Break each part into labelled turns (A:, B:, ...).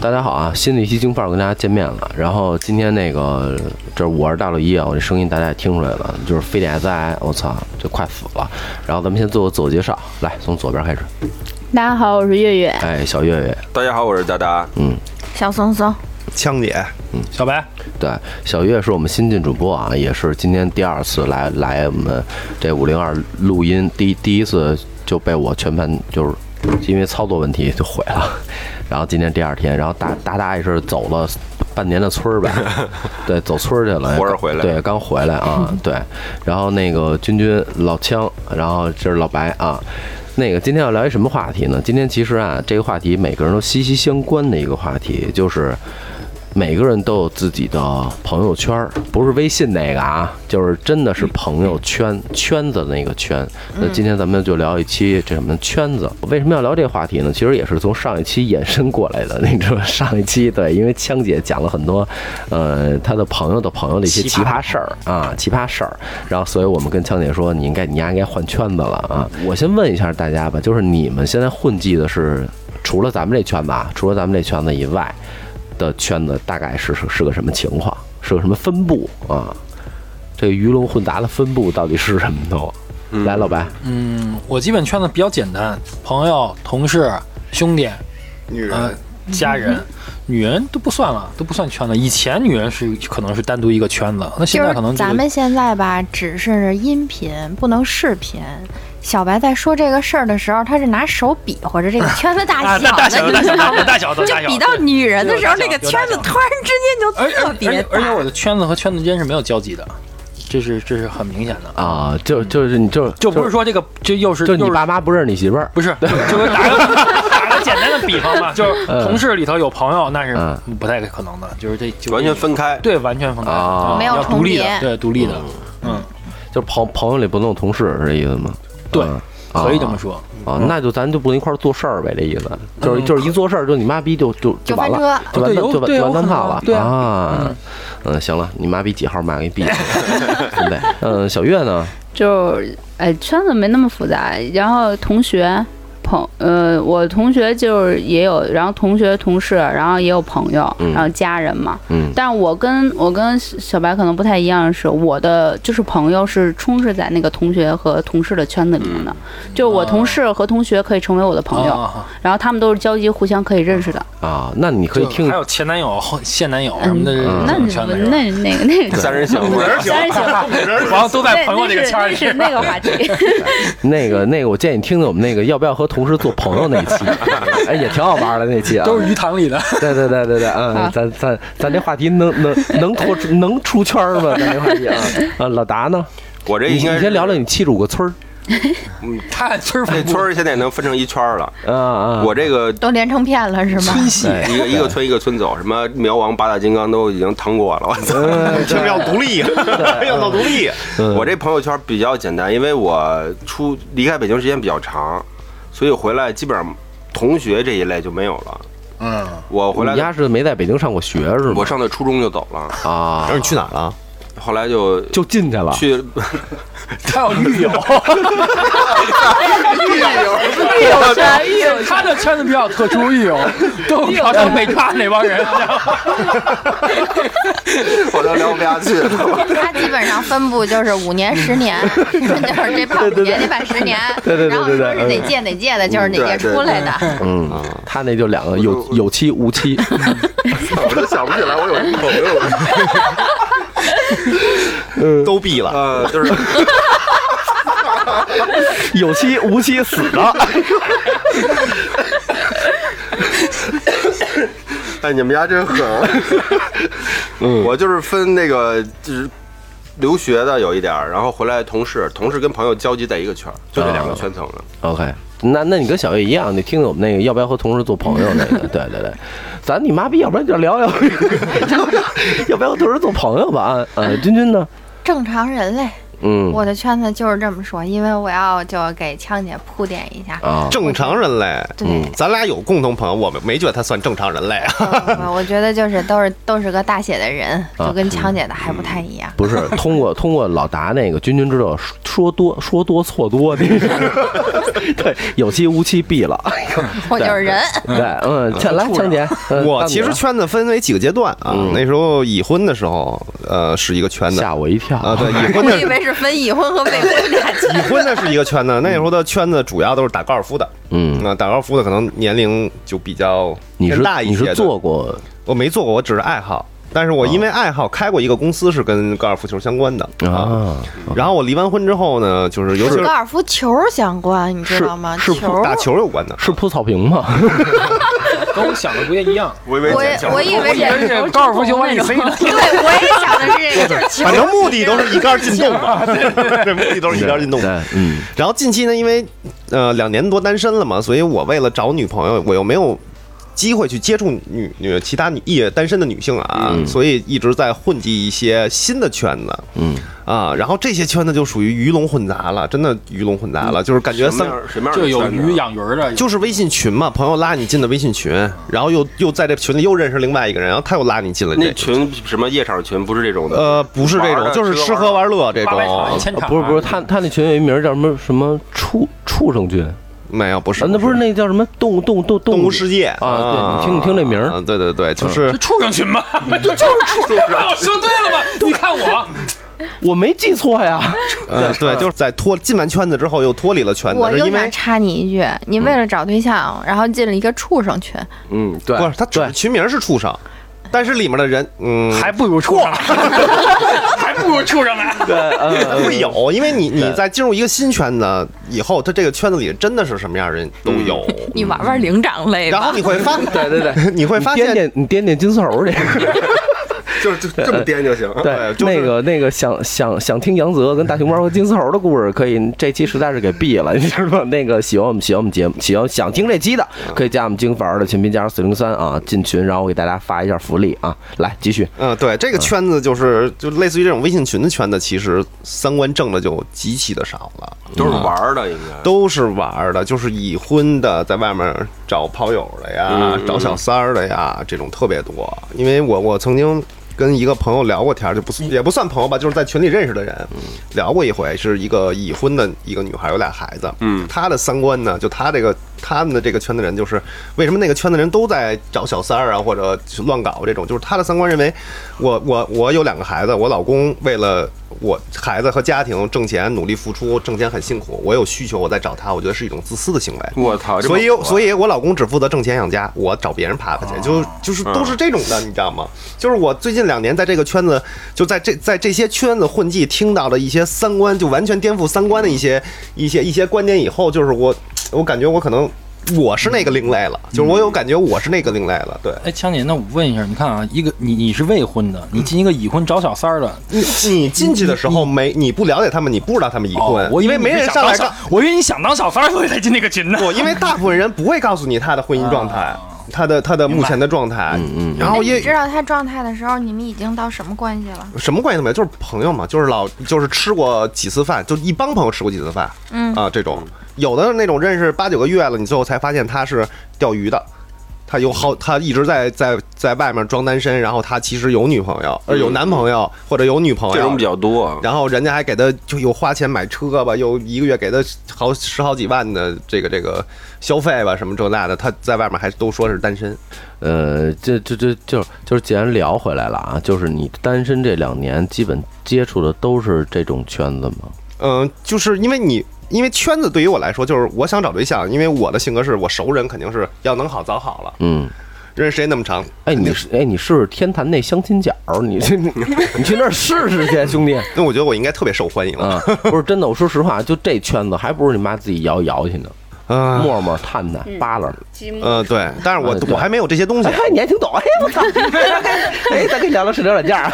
A: 大家好啊！新的一期京范儿跟大家见面了。然后今天那个，这我是大六一啊，我这声音大家也听出来了，就是非得 S I，我操，这快死了。然后咱们先做个自我介绍，来，从左边开始。
B: 大家好，我是月月，
A: 哎，小月月，
C: 大家好，我是达达。
B: 小松松，
D: 枪姐，
E: 小白，
A: 对，小月是我们新晋主播啊，也是今天第二次来来我们这五零二录音，第第一次就被我全盘就是因为操作问题就毁了，然后今天第二天，然后大大大也是走了半年的村 儿呗，对，走村儿去了，
C: 活着回来
A: 对，刚回来 啊，对，然后那个君君老枪，然后这是老白啊。那个今天要聊一什么话题呢？今天其实啊，这个话题每个人都息息相关的一个话题，就是每个人都有自己的朋友圈儿，不是微信那个啊，就是真的是朋友圈圈子的那个圈。那今天咱们就聊一期这什么圈子？为什么要聊这个话题呢？其实也是从上一期衍生过来的。你知道上一期对，因为枪姐讲了很多，呃，她的朋友的朋友的一些奇葩事儿啊，奇葩事儿。然后，所以我们跟枪姐说，你应该你丫应该换圈子了啊。我先问一下大家吧，就是你们现在混迹的是除了咱们这圈子啊，除了咱们这圈子以外。的圈子大概是是是个什么情况，是个什么分布啊？这个鱼龙混杂的分布到底是什么都？啊来，老白，
E: 嗯，我基本圈子比较简单，朋友、同事、兄弟，
D: 女
E: 呃
D: 人，，
E: 家人，
A: 嗯
E: 女人都不算了，都不算圈子。以前女人是可能是单独一个圈子，那现
B: 就
E: 在可能
B: 是咱们现在吧，只是音频，不能视频。小白在说这个事儿的时候，他是拿手比划着这个圈子大
E: 啊，那
B: 小
E: 大 小
B: 的，
E: 大
B: 你知
E: 小
B: 道吗？
E: 大小的
B: 就
E: 大小
B: 比
E: 的。
B: 到女人的时候，
E: 有大
B: 那个
E: 小有大
B: 圈子
E: 小
B: 突然之间
E: 而
B: 就特
E: 而
B: 别
E: 而而且
B: 大。
E: 我的圈子和圈子之间是没有交集的，这是这是很明显的，
A: 啊，就就是你就
E: 就不是说这个这又是
A: 就你
E: 又是
A: 爸妈不认识你媳妇儿，
E: 不是， 就就跟打个打个简单的比方吧，就是同事里头有朋友，那是
A: 嗯
E: 不太可能的，就是这就
C: 完全分开，
E: 对完全分开，
A: 啊
B: 没有
E: 要
B: 重
E: 独立的
B: 叠，
E: 对独立的，嗯，
A: 就朋朋友里不弄同事是这意思吗？
E: 对
A: 嗯，
E: 可以这么说。
A: 啊，那就咱就不能一块儿做事儿呗，这意思就是
E: 嗯
A: 就是一做事儿就你妈逼就就
B: 就
A: 完
B: 翻
A: 了，就
B: 车。
A: 完蛋
E: 对有
A: 就完
E: 对
A: 就
E: 有
A: 完蛋
E: 可
A: 套
E: 能
A: 了
E: 对啊
A: 啊，嗯，行了，你妈逼几号骂给 毙了，对不对？嗯，小月呢？
F: 就哎圈子没那么复杂，然后同学朋呃我同学就是也有，然后同学同事，然后也有朋友，
A: 嗯
F: 然后家人嘛。
A: 嗯
F: 但我跟我跟小白可能不太一样的是，我的就是朋友是充斥在那个同学和同事的圈子里面的，
C: 嗯
F: 就我
C: 哦
F: 同事和同学可以成为我的朋友，
E: 啊
F: 然后他们都是交集互相可以认识的。
A: 啊，那你可以
E: 就
A: 听
E: 还有前男友、后现男友什么的，
A: 嗯
F: 那
E: 这种
F: 你
E: 圈子
F: 那
E: 是吧
F: 那那个那个
C: 三人行，
F: 三人 行吧，
E: 然后都在朋友这个圈儿
F: 那
E: 里
F: 是那是那个话题。
A: 那个那个，我建议听听我们那个要不要和同事做朋友那一 期，哎，也挺好玩的那期啊。
E: 都是鱼塘里的。
A: 对对对对对，嗯
F: 好，
A: 咱咱咱这话题能能能脱出能出圈儿吗？咱这话 题啊，啊，老达呢？
C: 我这
A: 你你
C: 应该是
A: 先聊聊。你七十五个村
E: 他村儿
C: 这
E: 分布
C: 村儿现在能分成一圈儿了。
A: 儿啊啊，
C: 我这个
B: 都连成片了是 吗？
A: 系
E: 嗯
C: 一个一个村一个村走，什么苗王八大金刚都已经趟过了。我操！
A: 哎
D: 就是要独立，要做独立。
A: 嗯
C: 我这朋友圈比较简单，因为我出离开北京时间比较长，所以回来基本上同学这一类就没有了。
E: 嗯，
C: 我回来
A: 你
C: 的，
A: 丫是没在北京上过学是吗
C: 我？上的初中就走了，
A: 啊
D: 然后，你去哪儿了？
C: 后来就
A: 就进去了。
C: 去
E: 他有狱友，
A: 哎
F: 狱友圈，狱友圈。
E: 他的圈子比较特殊，狱友都常常被抓那帮人。
C: 我都聊不下去了。
B: 他基本上分布就是五年、十 年， 就是这判五年，那判十年，
A: 对对对
B: 然后
A: 对
B: 说
A: 对
B: 是哪届哪届的，
E: 嗯
B: 就是哪届出来的。
A: 嗯，他那就两个有有期无期。
C: 我都想不起来我有什么朋友了。
D: 都毙了。
C: 呃，就是
A: 有期无期死了。
C: 哎，你们家真狠。 我就是分那个就是留学的有一点儿，然后回来同事，同事跟朋友交集在一个圈儿，就这两个圈层了。
A: OK，那那你跟小月一样，你听我们那个要不要和同事做朋友那个，对对对，咱你妈逼，要不然就聊 聊，要不要和同事做朋友吧？啊，呃，君君呢？
B: 正常人类，
A: 嗯，
B: 我的圈子就是这么说，因为我要就给枪姐铺垫一下。
A: 啊，
D: 正常人类，
B: 对，
C: 嗯
D: 咱俩有共同朋友，我们没觉得他算正常人类啊。
B: 我我觉得就是都 是都是个大写的人，
A: 啊
B: 就跟枪姐的还不太一样。
A: 不是通过通过老达那个君君知道，说多说多错多，你 对，有期无期毙了。
G: 我就是人，
A: 嗯对， 嗯，强来强姐，嗯
C: 我
A: 当你
C: 其实
A: 了
C: 圈子分为几个阶段啊，那时候已婚的时候，呃，是一个圈子
A: 吓我一跳
C: 啊， 对，已
G: 我
C: 婚的
G: 以为是分已婚和未婚 俩级
C: 已婚的是一个圈子，那时候的圈子主要都是打高尔夫的，
A: 嗯
C: 那打高尔夫的可能年龄就比较
A: 你
C: 偏
A: 是
C: 大一
A: 你
C: 些
A: 是
C: 的。
A: 做过啊
C: 我没做过，我只是爱好。但是我因为爱好开过一个公司，是跟高尔夫球相关的啊。
A: 啊？
C: 然后我离完婚之后呢，就是尤其
G: 和
C: 是
G: 高尔夫球相关，你知道吗？
A: 是是
G: 球，
C: 打球有关的，
A: 是铺草坪 吗？
E: 跟我想的不太一样。
H: 我以
G: 我
H: 为
G: 也
H: 捡球
G: 我以为
E: 但
G: 是，
E: 是高尔夫球往里塞的，
G: 对，我也想的是这个，就是球
C: 反正目的都是一杆进洞嘛， 对，目的都是一杆进洞。
A: 对，嗯，
C: 然后近期呢，因为呃两年多单身了嘛，所以我为了找女朋友，我又没有机会去接触女女其他女也单身的女性啊，所以一直在混迹一些新的圈子，
A: 嗯
C: 啊，然后这些圈子就属于鱼龙混杂了，真的鱼龙混杂
A: 嗯
C: 了，就是感觉
H: 什么
C: 三
H: 样什么样的
E: 就有
H: 圈子啊
E: 鱼养鱼儿的，
C: 就是微信群嘛，朋友拉你进的微信群，然后又又在这群里又认识另外一个人，然后他又拉你进了
H: 那
C: 这。
H: 群什么夜场群不是这种的，
C: 呃，不是这
H: 玩
C: 种，
H: 的
C: 就是吃喝玩乐这
E: 八百场、一
C: 种，
E: 千场，
A: 啊
E: 啊
A: 不是不是，他他那群有一名叫什么什么畜畜生群啊？
C: 没有不是，
A: 那不是那叫什么动物动物动
C: 动
A: 物
C: 物世界
A: 啊？对，你听你听这名儿嗯
C: 啊，对对对，就是
E: 是畜生群吧？就是畜生，我 说对了吧？你看我，
A: 我没记错 呀。
C: 呃，对，就是在脱进完圈子之后又脱离了圈子，
G: 我
C: 是
G: 又
C: 因
G: 想
C: 为
G: 插你一句，你为了找对象，然后进了一个畜生群，
A: 嗯，对
C: 不是他只
A: 对
C: 是群名是畜生，但是里面的人嗯
E: 还不如畜生，还不如畜生呢。
A: 对，呃，
C: 会有，因为你你在进入一个新圈子以后，他这个圈子里真的是什么样的人都有，
G: 你玩玩灵长类
C: 嗯然后你会发，对
A: 对对，
C: 你会发
A: 你掂
C: 现
A: 掂你掂掂金丝猴去。
H: 就是就这么
C: 呃
H: 颠就行。哎
A: 对，
C: 就是
A: 那个那个想想想听杨泽跟大熊猫和金丝猴的故事，可以这期实在是给毙了，你知道吗？那个喜欢我们喜欢我们节目，喜欢想听这期的，可以加我们金粉儿的群，拼加上四零三啊，进群，然后我给大家发一下福利啊。来继续，
C: 嗯，对，这个圈子就是就类似于这种微信群的圈子，其实三观正的就极其的少了，
H: 都是玩儿的，应该
C: 都是玩儿的，就是已婚的在外面找炮友的呀，
H: 嗯
C: 找小三儿的呀，这种特别多。因为我我曾经跟一个朋友聊过天儿，就不也不算朋友吧，就是在群里认识的人聊过一回，是一个已婚的一个女孩，有俩孩子。
H: 嗯
C: 她的三观呢，就她这个他们的这个圈的人，就是为什么那个圈的人都在找小三儿啊，或者去乱搞这种，就是她的三观认为我我我有两个孩子，我老公为了我孩子和家庭挣钱努力付出，挣钱很辛苦，我有需求我再找他，我觉得是一种自私的行为。
H: 我操，啊这
C: 所以
H: 么，
C: 所以我老公只负责挣钱养家，我找别人爬爬去，就就是都是这种的，你知道吗？就是我最近两年在这个圈子，就在这在这些圈子混迹，听到了一些三观就完全颠覆三观的一些一些一些观点以后，就是我我感觉我可能我是那个另类了，就是我有感觉我是那个另类了，对。
E: 哎，强姐，那我问一下，你看啊，一个你你是未婚的，
C: 嗯
E: 你进一个已婚找小三儿的，
C: 你你进去的时候没你不了解他们，你不知道他们已婚
E: 哦，我以
C: 因
E: 为
C: 为没
E: 你
C: 人
E: 是想
C: 上来
E: 当小
C: 告，
E: 我以为你想当小三儿，所以才进那 个群呢。
C: 我因为大部分人不会告诉你他的婚姻状态
E: 啊，
C: 他的他的目前的状态，嗯嗯，然后
G: 哎你
C: 也
G: 知道他状态的时候，你们已经到什么关系了？
C: 什么关系都没有，就是朋友嘛，就是老就是吃过几次饭，就一帮朋友吃过几次饭，
G: 嗯
C: 啊这种，有的那种认识八九个月了，你最后才发现他是钓鱼的。他有好，他一直在在在外面装单身，然后他其实有女朋友，呃，有男朋友或者有女朋友，
H: 嗯这种比较多。啊
C: 然后人家还给他就又花钱买车吧，又一个月给他好十好几万的这个这个消费吧，什么这那的，他在外面还都说是单身，
A: 呃，这这这就就是既然聊回来了啊，就是你单身这两年，基本接触的都是这种圈子嘛。
C: 嗯、就是因为你。因为圈子对于我来说，就是我想找对象，因为我的性格是我熟人肯定是要能好早好了，
A: 嗯，
C: 认识时间那么长，
A: 哎，你是哎，你试试天坛那相亲角儿，你去 你去那儿试试去，兄弟。
C: 那我觉得我应该特别受欢迎了。
A: 啊，不是真的，我说实话，就这圈子，还不如你妈自己摇一摇去呢，
C: 嗯、
A: 摸摸探探扒拉。
C: 呃，对，但是我
A: 啊对
C: 我还没有这些东西
A: 哎，，你还挺懂，哎，我 操！哎，咱跟你聊聊社交软件啊，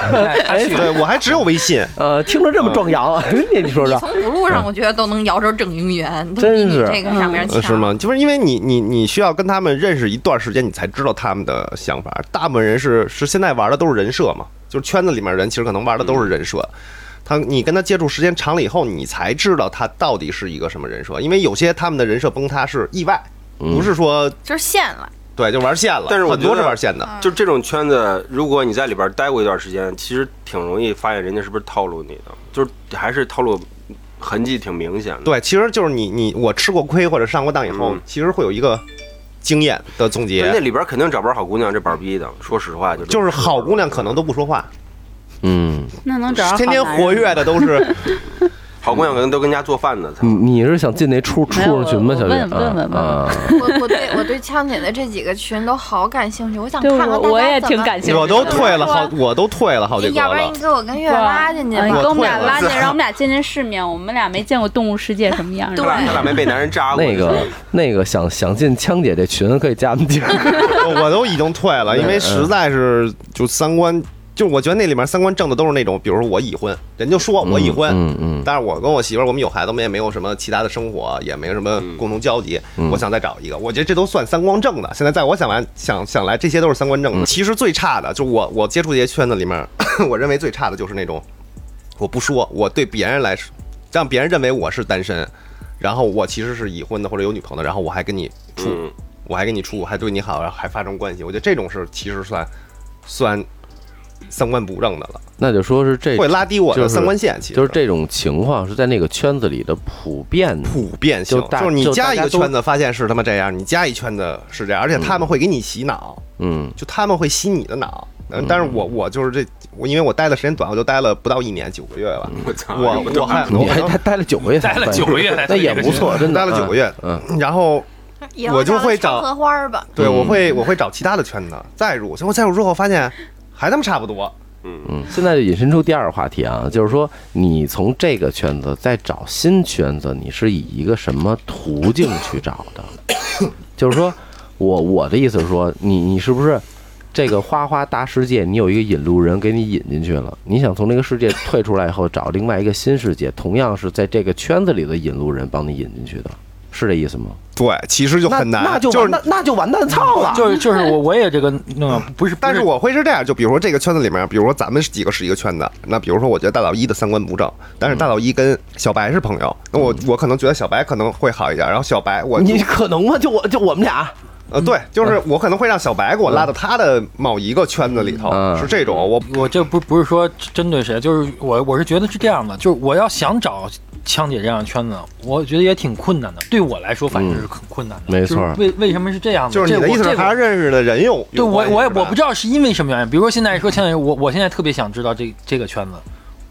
E: 哎，
C: 对我还只有微信，
A: 呃，听着这么壮阳，你你说
G: 你
A: 说，
G: 从补录上，我觉得都能摇着郑渊源，都
A: 嗯真
G: 比你
A: 是
G: 这个上面
C: 呃，
G: 强。
C: 是？吗？就是因为你你你需要跟他们认识一段时间，你才知道他们的想法。大部分人是是现在玩的都是人设嘛，就是圈子里面人其实可能玩的都是人设。
H: 嗯
C: 他你跟他接触时间长了以后，你才知道他到底是一个什么人设。因为有些他们的人设崩塌是意外，不是说
G: 就是线 了，
C: 对就玩线了，
H: 嗯但是我
C: 很多
H: 觉得
C: 是玩线的。
H: 就这种圈子，如果你在里边待过一段时间，其实挺容易发现人家是不是套路你的，就是还是套路痕迹挺明显的。
C: 对，其实就是你你我吃过亏或者上过当以后，
H: 嗯
C: 其实会有一个经验的总
H: 就
C: 结
H: 那，里边肯定找不着好姑娘，这板儿逼的。说实话，就
C: 就是是好姑娘可能都不说话，
A: 嗯，
F: 那能找着好
C: 天天
F: 男人
C: 活跃的都是
H: 好姑娘可能都跟家做饭呢。才
A: 你
C: 嗯
A: 你是想进那出出上群吗，
F: 没有
A: 小
F: 我
A: 月？
F: 问问问问
A: 啊，
G: 我我对我对枪姐的这几个群都好感兴趣，我想
F: 对
G: 看看大
F: 我
G: 家
F: 我也
G: 怎么
F: 挺感兴趣。
C: 我都退了好
G: 对，
C: 我都退了好几个
G: 要不然
C: 了
G: 你。给我跟月拉进去
F: 啊
G: 吧
F: 你
C: 我
F: 跟我
C: 退
F: 们俩
C: 了
F: 拉进去， 让我们俩见见世面。我们俩没见过动物世界什么样
H: 他
F: 的。
H: 俩他俩没被男人扎过。
A: 那个那个想想进枪姐这群可以加我们进。
C: 我我都已经退了，因为实在是就三观，就我觉得那里面三观正的都是那种，比如说我已婚，人就说 我已婚，
A: 嗯嗯嗯
C: 但是我跟我媳妇儿我们有孩子，我们也没有什么其他的生活，也没有什
A: 嗯
C: 么共同交集，我想再找一个，我觉得这都算三观正的。现在在我想来想想来，这些都是三观
A: 嗯
C: 正的。其实最差的，就我我接触这些圈子里面， 我认为最差的就是那种，我不说，我对别人来说，让别人认为我是单身。然后我其实是已婚的或者有女朋友的，然后我还跟你处，
H: 嗯，
C: 我还跟你处，我还对你好，然后还发生关系，我觉得这种事其实算算三观不正的了，
A: 那就说是这
C: 会拉低我
A: 就
C: 的
A: 是
C: 三观线。其实
A: 就是这种情况是在那个圈子里的普遍的。
C: 普遍性
A: 就，大
C: 是你
A: 就
C: 加
A: 大
C: 一
A: 家
C: 个
A: 都
C: 圈子发现是他妈这样，你加一圈子是这样，而且他们会给你洗脑，
A: 嗯
C: 就他们会洗你的脑。嗯，但是我我就是这，我因为我待的时间短，我就待了不到一年九个月吧，
H: 我操，
C: 我我还
A: 你还
C: 我
A: 待待了九个月才
E: 待
A: 换，
E: 了九个月才
A: 那
E: 退
A: 也
E: 这个
A: 不
E: 群
A: 错，真的
C: 待了九个
A: 月。
C: 月，
A: 嗯，
C: 然后
G: 以后
C: 我就会找
G: 找荷花吧。
C: 对
A: 嗯
C: 我会我会找其他的圈子再入，结果再入之后发现还他妈差不多，
A: 嗯，现在就引申出第二个话题啊，就是说你从这个圈子再找新圈子，你是以一个什么途径去找的？就是说我我的意思是说，你你是不是这个花花大世界，你有一个引路人给你引进去了，你想从这个世界退出来以后，找另外一个新世界，同样是在这个圈子里的引路人帮你引进去的，是这意思吗？
C: 对，其实就
A: 那
C: 很难，
A: 那
C: 就是
A: 完蛋，那就完蛋操了。
E: 就是就是我我也这个嗯不是，
C: 但
E: 不
C: 是我会是这样，就比如说这个圈子里面，比如说咱们是几个是一个圈子，那比如说我觉得大老一的三观不正，
E: 嗯
C: 但是大老一跟小白是朋友，那我我可能觉得小白可能会好一点，然后小白我
A: 你可能吗？就我就我们俩，
C: 呃
E: 嗯
C: 对，就是我可能会让小白给我拉到他的某一个圈子里头，
A: 嗯
C: 是这种我。
E: 我这不不是说针对谁，就是我我是觉得是这样的，就是我要想找枪姐这样的圈子，我觉得也挺困难的。对我来说，反
C: 嗯
E: 正是很困难的。
A: 没错
E: 就是为为什么是这样的？
C: 就是你的
E: 这
C: 意
E: 我
C: 思
E: 这
C: 是，
E: 个
C: 还是认识的人有
E: 对我我也我不知
C: 道，
E: 道是因为什么原因。比如说现在说枪姐，我我现在特别想知道这这个圈子。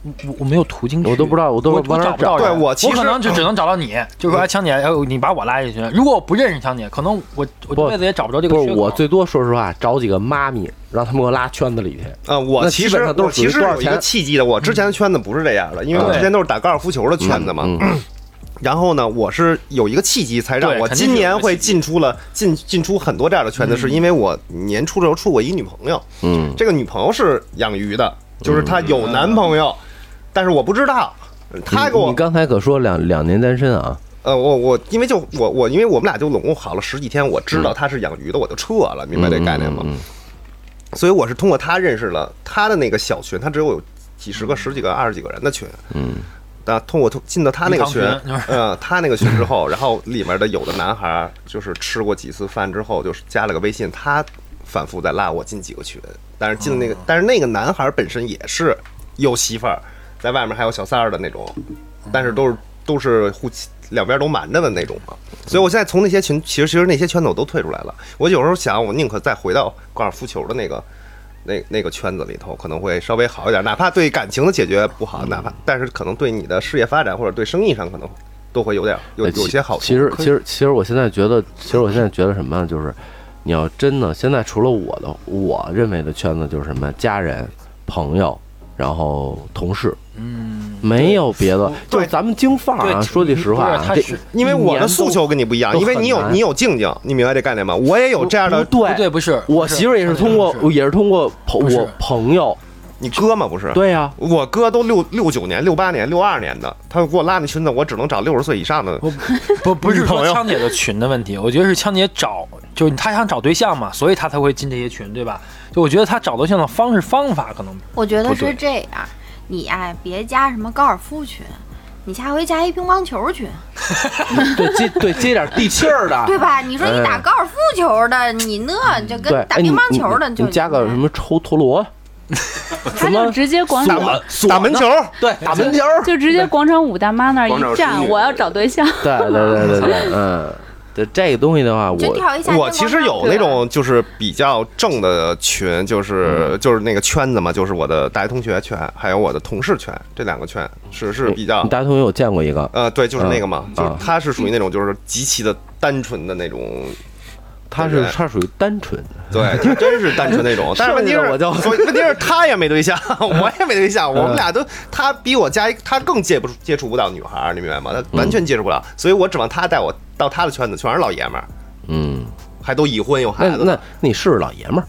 E: 我我我没有途径去，
A: 我都不知道我
E: 我
A: 都
E: 我
A: 往哪儿
E: 找不到
C: 找
E: 人。
C: 对我其实
E: 可能就只能找到你，就是说，哎，枪姐，哎，你把我拉进去。如果我不认识枪姐，可能我我
A: 不
E: 这辈子也找不着这个
A: 不
E: 缺
A: 是
E: 口。
A: 我最多说实话，找几个妈咪，让他们给我拉圈子里去。
C: 啊、我
A: 那
C: 其
A: 基本
C: 实
A: 上都是
C: 我其
A: 属于
C: 实
A: 多少
C: 有一个
A: 钱
C: 契机的，我之前的圈子不是这样的，因为我
E: 对
C: 之前都是打高尔夫球的圈子嘛，
A: 嗯，
C: 然后呢，我是有一个契机，才让
E: 对
C: 我
E: 肯定
C: 今
E: 是有
C: 年
E: 一个
C: 会
E: 契机
C: 进出了进进出很多这样的圈子，是因为我年初的时候处过一女朋友，
A: 嗯
C: 这个女朋友是养鱼的，就是她有男朋友，但是我不知道，她
A: 嗯
C: 给
A: 你
C: 我
A: 你刚才可说两两年单身啊？
C: 呃我我因为就我我因为我们俩就拢共好了十几天，我知道她是养鱼的，我就撤了，明白这概念吗？
A: 嗯嗯
C: 所以我是通过她认识了她的那个小群，她只有有几十个、十几个、二十几个人的群，
A: 嗯，
C: 那通过通进到他那个群
E: 鱼塘群就，
C: 呃，他那个群之后，然后里面的有的男孩儿就是吃过几次饭之后，就是加了个微信，他反复在拉我进几个群，但是进那个，但是那个男孩儿本身也是有媳妇儿，在外面还有小三儿的那种，但是都是都是互其两边都瞒着的那种嘛。所以我现在从那些群，其实其实那些圈子我都退出来了。我有时候想，我宁可再回到高尔夫球的那个。那那个圈子里头可能会稍微好一点，哪怕对感情的解决不
A: 嗯
C: 好，哪怕但是可能对你的事业发展或者对生意上可能都会有点有
A: 哎
C: 有
A: 其
C: 些好处。
A: 其实其实其实我现在觉得，其实我现在觉得什么啊就是，你要真的现在除了我的，我认为的圈子就是什么家人、朋友，然后同事，嗯，没有别的。就是咱们京范儿啊，
E: 对
A: 说句实话
E: 不是
A: 啊，
E: 他
A: 这
E: 是
C: 因为我的诉求
A: 一年
C: 跟你不一样，
A: 都
C: 因为你
A: 很
C: 有
A: 难
C: 你有静静，你明白这概念吗？我也有这样
A: 都
C: 的
A: 不
E: 不
A: 对
E: 对，。不是
A: 我
E: 不是
A: 媳妇儿也是通过，也是通过朋
E: 不是
A: 我朋友，
C: 你哥吗？不是，
A: 对呀，
C: 我哥都六六九年、六八年、六二年的，他给我拉那群子，我只能找六十岁以上的。
E: 不不不是
C: 朋
E: 说
C: 友
E: 枪姐的群的问题，我觉得是枪姐找，就是她想找对象嘛，所以她才会进这些群，对吧？就我觉得她找对象的方式方法可能
G: 我觉得
E: 不对
G: 是这样，你哎别加什么高尔夫群，你下回加一乒乓球群，
A: 啊对接对接点地气儿的，
G: 对吧？你说你打高尔夫球的，你那就
A: 对
G: 跟，打
A: 哎你
G: 乒乓球
A: 你
G: 的
A: 你
G: 就
A: 加个什么抽陀螺，
F: 他就直接广
C: 打
F: 场
C: 门打门球，
E: 对，
A: 打门球 儿，
F: 就直接广场舞大妈那儿
H: 广场
F: 一
H: 舞
F: 站，
H: 女
F: 我要找对象。
A: 对对对对对，嗯， 对这个东西的话，
G: 就
A: 我
G: 跳一下。
C: 我其实有那种就是比较正的群，就是
A: 嗯
C: 就是那个圈子嘛，就是我的大学同学圈，还有我的同事圈，这两个圈是是比较
A: 你嗯大学同学有见过一个，
C: 呃，对，就是那个嘛
A: 嗯，
C: 就是
A: 啊
C: 他是属于那种就是极其的单纯的那种，
A: 他是他属于单纯，
C: 对，他真是单纯那 种。但是问题是，
A: 顺着我就嗯
C: 所以问题是他也没对 象，我也没对象，我们俩都他比我加一他更接不接触不到女孩儿，你明白吗？他完全接触不了，所以我指望他带我到他的圈子，全是老爷们儿，
A: 嗯，
C: 还都已婚有
A: 那
C: 孩子。
A: 那那你是老爷们儿，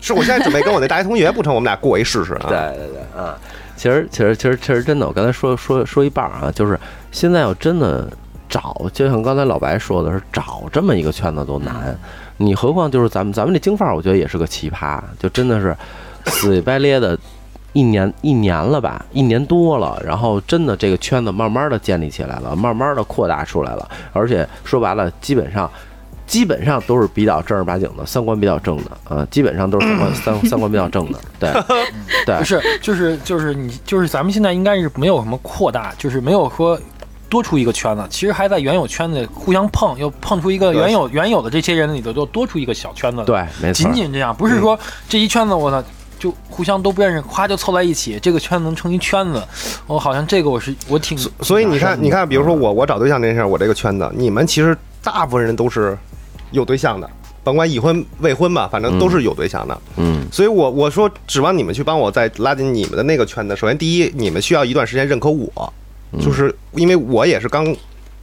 C: 是我现在准备跟我那大学同学不成，我们俩过一试试啊。
A: 对对对，啊，其实其实其实其实真的，我刚才说说说一半儿啊，就是现在要真的找，就像刚才老白说的是找这么一个圈子都
E: 嗯
A: 难，你何况就是咱们咱们这京范儿，我觉得也是个奇葩，就真的是死乞白咧的。一年一年了吧，一年多了，然后真的这个圈子慢慢的建立起来了，慢慢的扩大出来了，而且说白了，基本上基本上都是比较正儿八经的，三观比较正的，啊，基本上都是三 观三三观比较正的，对对
E: 不，是，就是就是你就是咱们现在应该是没有什么扩大，就是没有说多出一个圈子，其实还在原有圈子互相碰，又碰出一个
C: 对
E: 原有原有的这些人里头，又多出一个小圈子。，
A: 对，没错
E: 仅。仅这样，不是说
H: 嗯
E: 这一圈子我操。就互相都不认识，夸就凑在一起，这个圈子能成一圈子。我、好像这个我是我挺，
C: 所以你
A: 啊
C: 看，你看，比如说我我找对象这事儿，我这个圈子，你们其实大部分人都是有对象的，甭管已婚未婚吧，反正都是有对象的。
A: 嗯，
C: 所以我我说指望你们去帮我再拉进你们的那个圈子。首先，第一，你们需要一段时间认可我，
A: 嗯
C: 就是因为我也是刚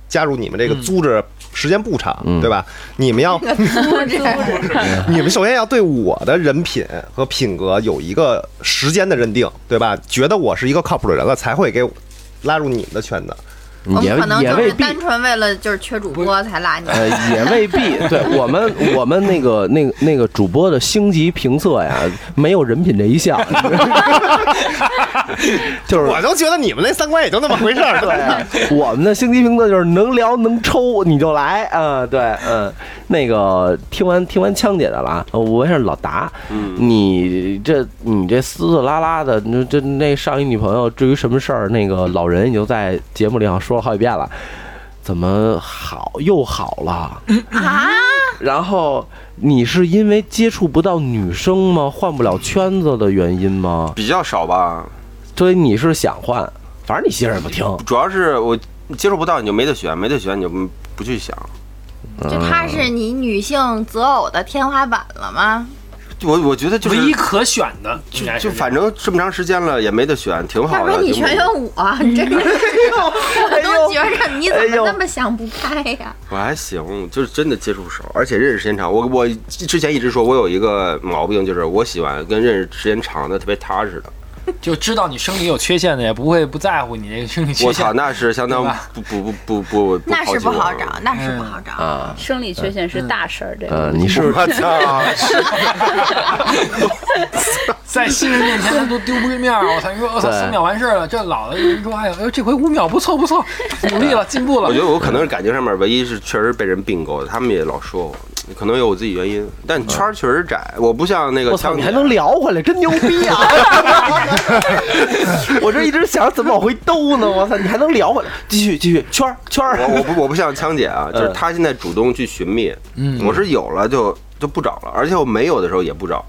C: 加入你们这个组织，时间不长，
A: 嗯
C: 对吧？你们要
G: 这
C: 你们首先要对我的人品和品格有一个时间的认定，对吧？觉得我是一个靠谱的人了，才会给我拉入你们的圈子。
B: 我
A: 也
B: 嗯们可能
A: 也
B: 就
A: 未
B: 是
A: 必，
B: 单纯为了就是缺主播才拉你。
A: 呃，也未必。对我们，我们那个那个那个主播的星级评测呀，没有人品这一项， 就是
C: 我就觉得你们那三观也就那么回事 儿， 对。
A: 我们的星级评测就是能聊能抽你就来啊、对，嗯、那个听完听完枪姐的了啊，呃我是老达，你这你这撕撕拉拉的，你这那上一女朋友，至于什么事儿，那个老人已经在节目里好像说了好几遍了，怎么好又好了啊？然后你是因为接触不到女生吗？换不了圈子的原因吗？
H: 比较少吧，
A: 所以你是想换，反正你媳妇儿也不听，
H: 主要是我接触不到，你就没得选，没得选你就不不去想。
B: 就他是你女性择偶的天花板了吗？
H: 我我觉得就是
E: 唯一可选的，应该是
H: 就反正这么长时间了也没得选，挺
B: 要
H: 好
B: 不
H: 的。
B: 然你
H: 就
B: 全选我，你这个我都觉着你怎
A: 哎呦
B: 么那么想不开呀？
H: 我还行，就是真的接触少，而且认识时间长。我我之前一直说我有一个毛病，就是我喜欢跟认识时间长的特别踏实的。
E: 就知道你生理有缺陷的，也不会不在乎你这个生理缺
H: 我
E: 陷
H: 操，。那是相当
E: 对吧
H: 不不不不不不
B: 那是不
H: 抛弃我
B: 好找，那是不好找。
A: 啊。
F: 生理缺陷是大事儿，这
A: 呃，
H: 嗯
F: 个
A: 你是
H: 我操！
E: 在新人面前他都丢不是面儿，我操！你说我操，
A: 对
E: 三秒完事儿了，这老的人说，哎呦，哎呦，这回五秒不错不错，努力了，进步了。
H: 我觉得我可能是感情上面唯一是确实被人并购的，他们也老说我，可能有我自己原因，但圈儿确实窄，我不像那个
A: 我操，
H: 枪
A: 你
H: 姐
A: 还能聊回来，真牛逼 啊！我这一直想怎么往回兜呢，我操，你还能聊回来，继续继续，圈儿圈儿，
H: 我我不我不像枪 姐啊，就是
A: 嗯
H: 她现在主动去寻觅，我是有了就就不找了，而且我没有的时候也不找。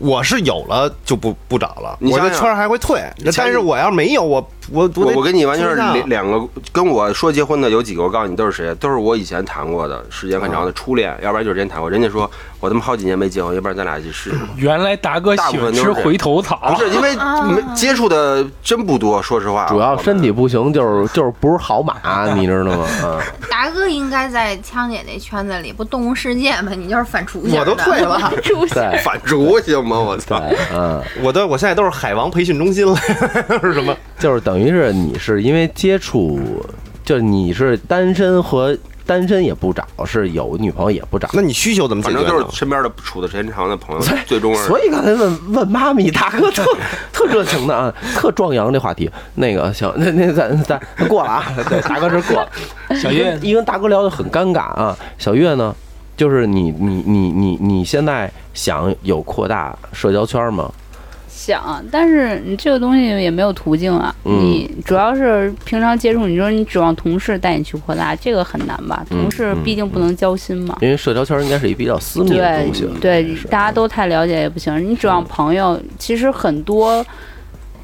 C: 我是有了就不不找了，
H: 你
C: 我
H: 想想
C: 这圈儿还会退。那但是我要没有，我我
H: 我
C: 我得
H: 我跟你完全是
C: 追上
H: 两两个，跟我说结婚的有几个，我告诉你都是谁，都是我以前谈过的时间很
A: 哦
H: 长的初恋，要不然就是之前谈过。人家说我他妈好几年没结婚，要不然咱俩一起试试吧。
E: 原来达哥
H: 大部分都是这样
E: 头草
H: 不是因为没接触的真不多，说 实话，啊
A: 主要
H: 我们
A: 身体不行，就是就是不是好马， 你知道吗？啊，
B: 达哥应该在枪姐那圈子里，不动物世界吗？你就是反刍型
C: 我都退 了，
F: 出现
A: 对
H: 反刍行吗？我操！
A: 对，嗯，
C: 我的我现在都是海王培训中心了， 是什么？
A: 就是等于是你是因为接触，就是你是单身和单身也不找，是有女朋友也不找，
C: 那你需求怎么解
H: 反
C: 决
H: 正
C: 呢？
H: 都是身边的处的时间长的朋友，最终是
A: 所以刚才问问妈咪大哥特特热情的啊，特壮阳这话题。那个行，那那咱咱过了啊，对，大哥这过了。
E: 小 月
A: 一跟大哥聊得很尴尬啊。小月呢，就是你你你你你现在想有扩大社交圈吗？
F: 想，啊但是你这个东西也没有途径啊。
A: 嗯
F: 你主要是平常接触，你说你指望同事带你去扩大，这个很难吧？
H: 嗯
F: 同事毕竟不能交心嘛。
A: 因为社交圈应该是一比较私密的
F: 对
A: 东西，
F: 对
A: 是，嗯
F: 大家都太了解也不行。你指望朋友，其实很多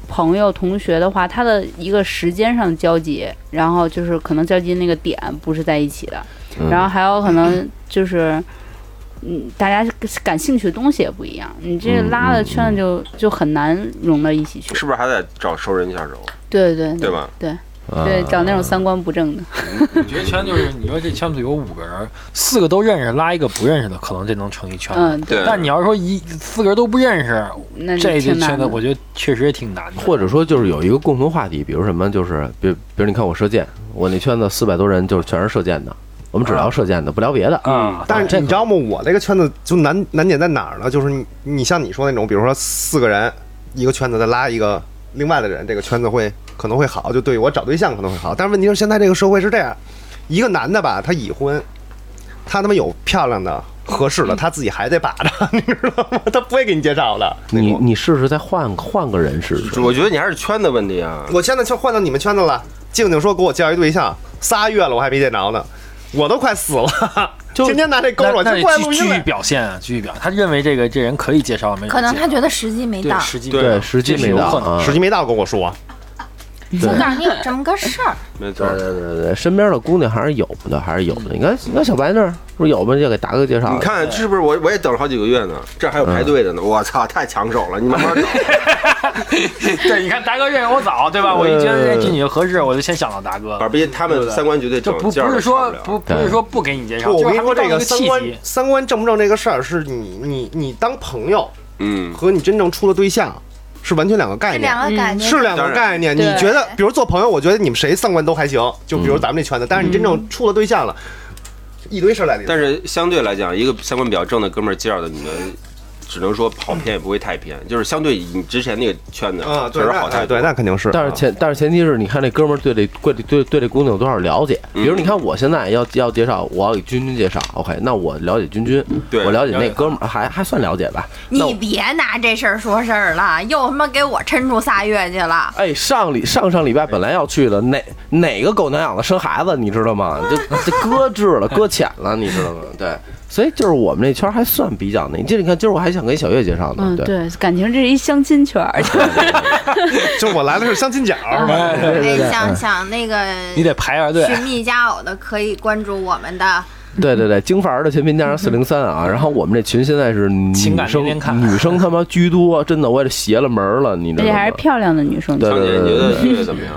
F: 朋友、同学的话，他的一个时间上交集，然后就是可能交集那个点不是在一起的，
A: 嗯
F: 然后还有可能就是。嗯，大家感兴趣的东西也不一样，你这
A: 嗯
F: 拉的
A: 嗯
F: 圈子就、就很难融到一起去。
H: 是不是还得找熟人下手，
F: 对对
H: 对吧？
F: 对
A: 啊
F: 对，找那种三观不正的。
E: 我觉得圈就是，你说这圈子有五个人，四个都认识，拉一个不认识的，可能这能成一圈子。
F: 嗯，
H: 对
E: 但你要是说一四个人都不认识，
F: 那就
E: 这这
F: 挺
E: 圈
F: 难
E: 子
F: 的。
E: 我觉得确实也挺难的。
A: 或者说就是有一个共同话题，比如什么，就是比如比如你看我射箭，我那圈子四百多人就是全是射箭的，我们只聊射箭的，不聊别的。
E: 啊，
C: 嗯但是
E: 这
C: 你知道吗？我这个圈子就难难点在哪儿呢？就是你你像你说那种，比如说四个人一个圈子再拉一个另外的人，这个圈子会可能会好，就对于我找对象可能会好。但是问题是现在这个社会是这样，一个男的吧，他已婚，他他妈有漂亮的合适
E: 嗯
C: 的，他自己还得把着，你知道吗？他不会给你介绍的。那
A: 你
C: 种
A: 你试试再换换个人试试，
H: 我觉得你还是圈的问题啊。
C: 我现在就换到你们圈子了。静静说给我介绍一对象，仨月了我还没见着呢，我都快死了，
E: 就
C: 天天拿这勾着我，
E: 那
C: 就
E: 那
C: 过来
E: 继
C: 录音
E: 继
C: 来
E: 续。表现啊，继续表现。他认为这个这人可以介绍，没人
B: 可能
E: 介
B: 他觉得时机没
E: 对
B: 到。
E: 时机
H: 对
E: 没到
A: 对，时机
E: 这是
A: 没
E: 有
A: 到
E: 可能
A: 啊，
C: 时机没到跟我说，
A: 对
B: 我告诉你有这么个事儿，
H: 没错
A: 对，对对对，身边的姑娘还是有的，还是有的。你看，你看小白那儿不是有吗？就给达哥介绍。
H: 你，看是不是我我也等了好几个月呢，这还有
A: 嗯
H: 排队的呢，我操，太抢手了，你 慢慢找。
E: 对，你看达哥认识我早，对吧？我一觉得这女的合适，我就先想到达哥。
H: 板逼他们三观绝对
E: 这
H: 整，
E: 不
H: 劲儿
E: 不是
H: 都
E: 说
H: 上不
E: 不
H: 了
E: 不是说不给你介绍，
C: 不，我
E: 就是
C: 跟你说，这
E: 还没到那
C: 个
E: 个
C: 三
E: 契
C: 观
E: 机。
C: 三观正不正这个事儿，是你你你当朋友
H: 嗯，
C: 和你真正处的对象是完全两个概
B: 这
C: 念嗯
B: 两，个感觉
C: 是两个概念。你
F: 对
C: 觉得，比如做朋友，我觉得你们谁三观都还行，就比如
H: 嗯
C: 咱们这圈子，但是你真正处了对象了，一堆事儿来临。
H: 但是相对来讲，一个三观比较正的哥们儿介绍的你们。只能说跑偏也不会太偏，就是相对你之前那个圈子
C: 啊，，
H: 确
C: 对，
H: 实
C: 那
H: 好太
C: 哎
H: 多。
C: 对，那肯定是。
A: 但是前但是前提是你看这哥们儿对这对对对这姑娘有多少了解？比如你看我现在要要介绍，我要给君君介绍，OK，那我了解君君，
H: 对
A: 我了解
E: 了
A: 那
E: 解
A: 哥们儿还还算了解吧？那我
B: 你别拿这事儿说事儿了，又他妈给我抻出仨月去了。
A: 哎，上礼上上礼拜本来要去的，哪哪个狗娘养的生孩子，你知道吗？这这搁置了，搁浅了，你知道吗？对，所以就是我们那圈儿还算比较那，你这你看，今儿我还想给小月介绍呢，
F: 嗯，
A: 对，嗯
F: 对，感情这是一相亲圈儿，
C: 就是我来的是相亲角儿，是
E: 嗯
C: 吧？
B: 哎，想想那个
E: 你得排下队，
B: 寻觅佳偶的，可以关注我们的。
A: 对对对，京范儿的全拼加上四零三啊，然后我们这群现在是女
E: 情感
A: 生
E: 连连看
A: 女生他妈居多，真的我也邪了门儿了，你知
F: 而
A: 道
F: 且
A: 吗？
F: 还是漂亮的女生。
A: 对
H: 张
A: 对
H: 姐，
A: 对
H: 你觉
A: 对
H: 得月月怎么样？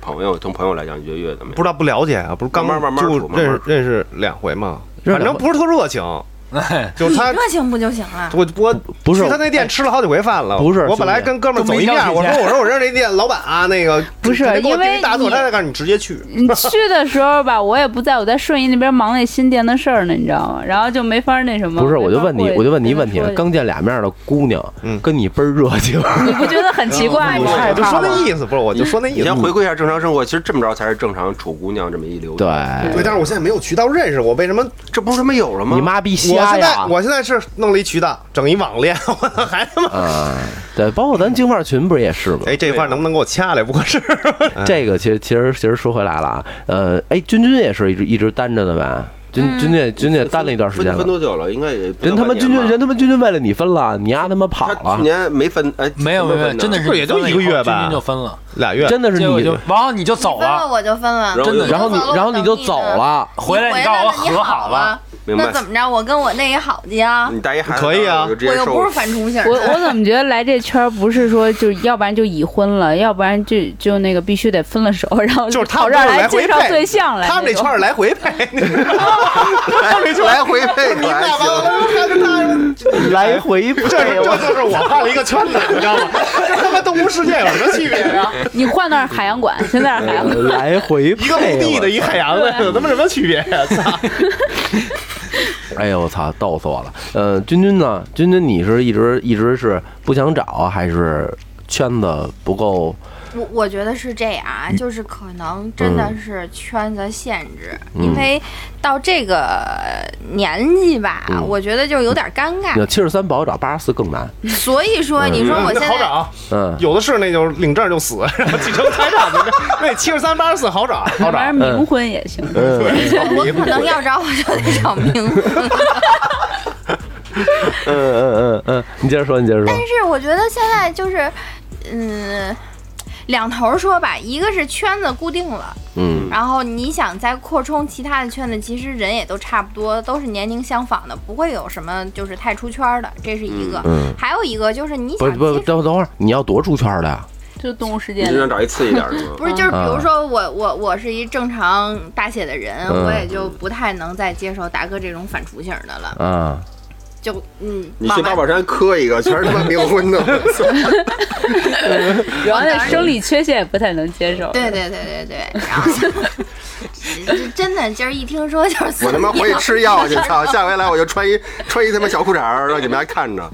H: 朋友，从朋友来讲，你觉得月月怎么
C: 不知
H: 样？
C: 道不了解啊，不是刚
H: 慢慢慢慢
C: 就
H: 处慢慢
C: 认识
H: 处
C: 认识两回嘛，
A: 认识
C: 反正
A: 两回哎
C: 不是特热情，就是
B: 你
C: 他
B: 热情不就行了？
C: 我我
A: 不是哎
C: 去他那店吃了好几回饭了，
A: 不是
C: 我本来
A: 兄弟
C: 跟哥们儿
E: 都
C: 走
E: 没
C: 一面
E: 要，
C: 我
E: 钱
C: 说我说我认识那店老板啊，那个
F: 不是
C: 肯定给我
F: 因为
C: 订一大座，
F: 你
C: 他告诉你直接去，
F: 你去的时候吧，我也不在，我在顺义那边忙那新店的事儿呢，你知道吗？然后就没法那什么。
A: 不是，我就
F: 没法
A: 问你
F: 过，去
A: 我就问你一
F: 跟他
A: 问题
F: 说，
A: 刚见俩面儿的姑娘，
C: 嗯
A: 跟你倍儿热情，
F: 你不觉得很奇怪啊吗？
C: 我就嗯说那意思，不是，我就说那意
H: 你
A: 嗯
C: 思。
H: 先回归一下正常生活，其实这么着才是正常处姑娘这么一流。
A: 对，，
C: 对，但是我现在没有渠道认识，我为什么？我
H: 这不是他妈有了吗？
A: 你妈逼瞎
C: 现在
A: 呀！
C: 我现在是弄了一渠道，整一网恋， 我还他妈……
A: 啊，对，包括咱京范儿群不是也是吗？
C: 哎，这块能不能给我掐来？不合适。
A: 这个其实其实其实说回来了啊，呃，哎，君君也是一直一直单着的呗，君君君也君君也单了一段时间
H: 分分
A: 了，
H: 多久了？应该也不到
A: 人他妈
H: 半
A: 君
H: 年吧
A: 君人他妈君君为了你分了，你丫他妈跑
H: 他去
A: 了，
H: 年没分，哎，
E: 没有没
H: 分
E: 有，
H: 呢
E: 真的
C: 不
E: 是
C: 是也就一个月吧
E: 君君就分了，
C: 俩月，
A: 真的是
E: 结果
A: 你
E: 就，然后你就走
B: 你分了
E: 了，
B: 我就分了，
H: 然
A: 然后
H: 后
A: 你
B: 走了
A: 然后你就走。了，
B: 我
E: 回
B: 等你呢
E: 来
B: 你
E: 你告诉我
B: 回来
E: 和好了
B: 了，，
H: 明
B: 那
H: 白
B: 怎？么着？我跟我那也好去啊，
H: 你带一孩子
C: 可以啊
H: 我就直
B: 我
H: 接
B: 又
H: 收
B: 不是反雏形。
F: 我我怎么觉得来这圈儿不是说就要不然就已婚了，要不然就就那个必须得分了手，然后
C: 就是他
F: 跑
C: 们
F: 这儿
C: 都是
F: 来
C: 来回
F: 介绍
C: 配
F: 对象来那种。
C: 他们这 圈儿来回配，
H: 来 来回配
C: 你们俩完了，他跟他们
A: 来回
C: 哎这是这就是我换了一个圈子，你知道 吗？跟他妈动物世界有什么区别呀？
F: 你换那儿海洋馆，现在是 海洋馆。
A: 来回
C: 一个陆地
A: 配
C: 的，。一海洋的，有他妈什么区别呀？操！
A: 哎呦我操，逗死我了。呃，君君呢？君君你是一直一直是不想找，还是圈子不够
B: 我我觉得是这样啊，就是可能真的是圈子限制，因为到这个年纪吧，我觉得就有点尴尬。
A: 要七十三不好找，八十四更难。
B: 所以说，你说我现
C: 嗯那好
B: 在
C: 找，
A: 嗯，
C: 有的是那就是领证就死，然后继承财产的，那七十三八十四好找，好
F: 要
C: 找
F: 不然。冥
A: 嗯
F: 婚也行。
B: 哎我可能要找我就得找明婚。
A: 嗯嗯嗯嗯，你接着说，你接着说。
B: 但是我觉得现在就是，嗯，两头儿说吧，一个是圈子固定了，
A: 嗯
B: 然后你想再扩充其他的圈子，其实人也都差不多，都是年龄相仿的，不会有什么就是太出圈儿的，这是一个。
A: 嗯，
B: 还有一个就是你
A: 不
B: 想
A: 不，
B: 接触
A: 等等会儿，你要多出圈的呀？
F: 就动物世
H: 你
F: 界
C: 嗯
H: 就想找一次一点的吗？
B: 不是，就是比如说我我我是一正常大写的人，
A: 嗯
B: 我也就不太能再接受达哥这种反雏形儿的了，
A: 啊，
B: 就嗯，
H: 你
B: 往
H: 去
B: 外
H: 八宝山磕一个，全是他妈冥婚 的。
F: 然后那生理缺陷也不太能接受。
B: 对对对对对，然后 这真的就是一听说就是死
H: 我他妈回去吃药去，操！下回来我就穿一穿一他妈小裤衩儿，让你们还看着。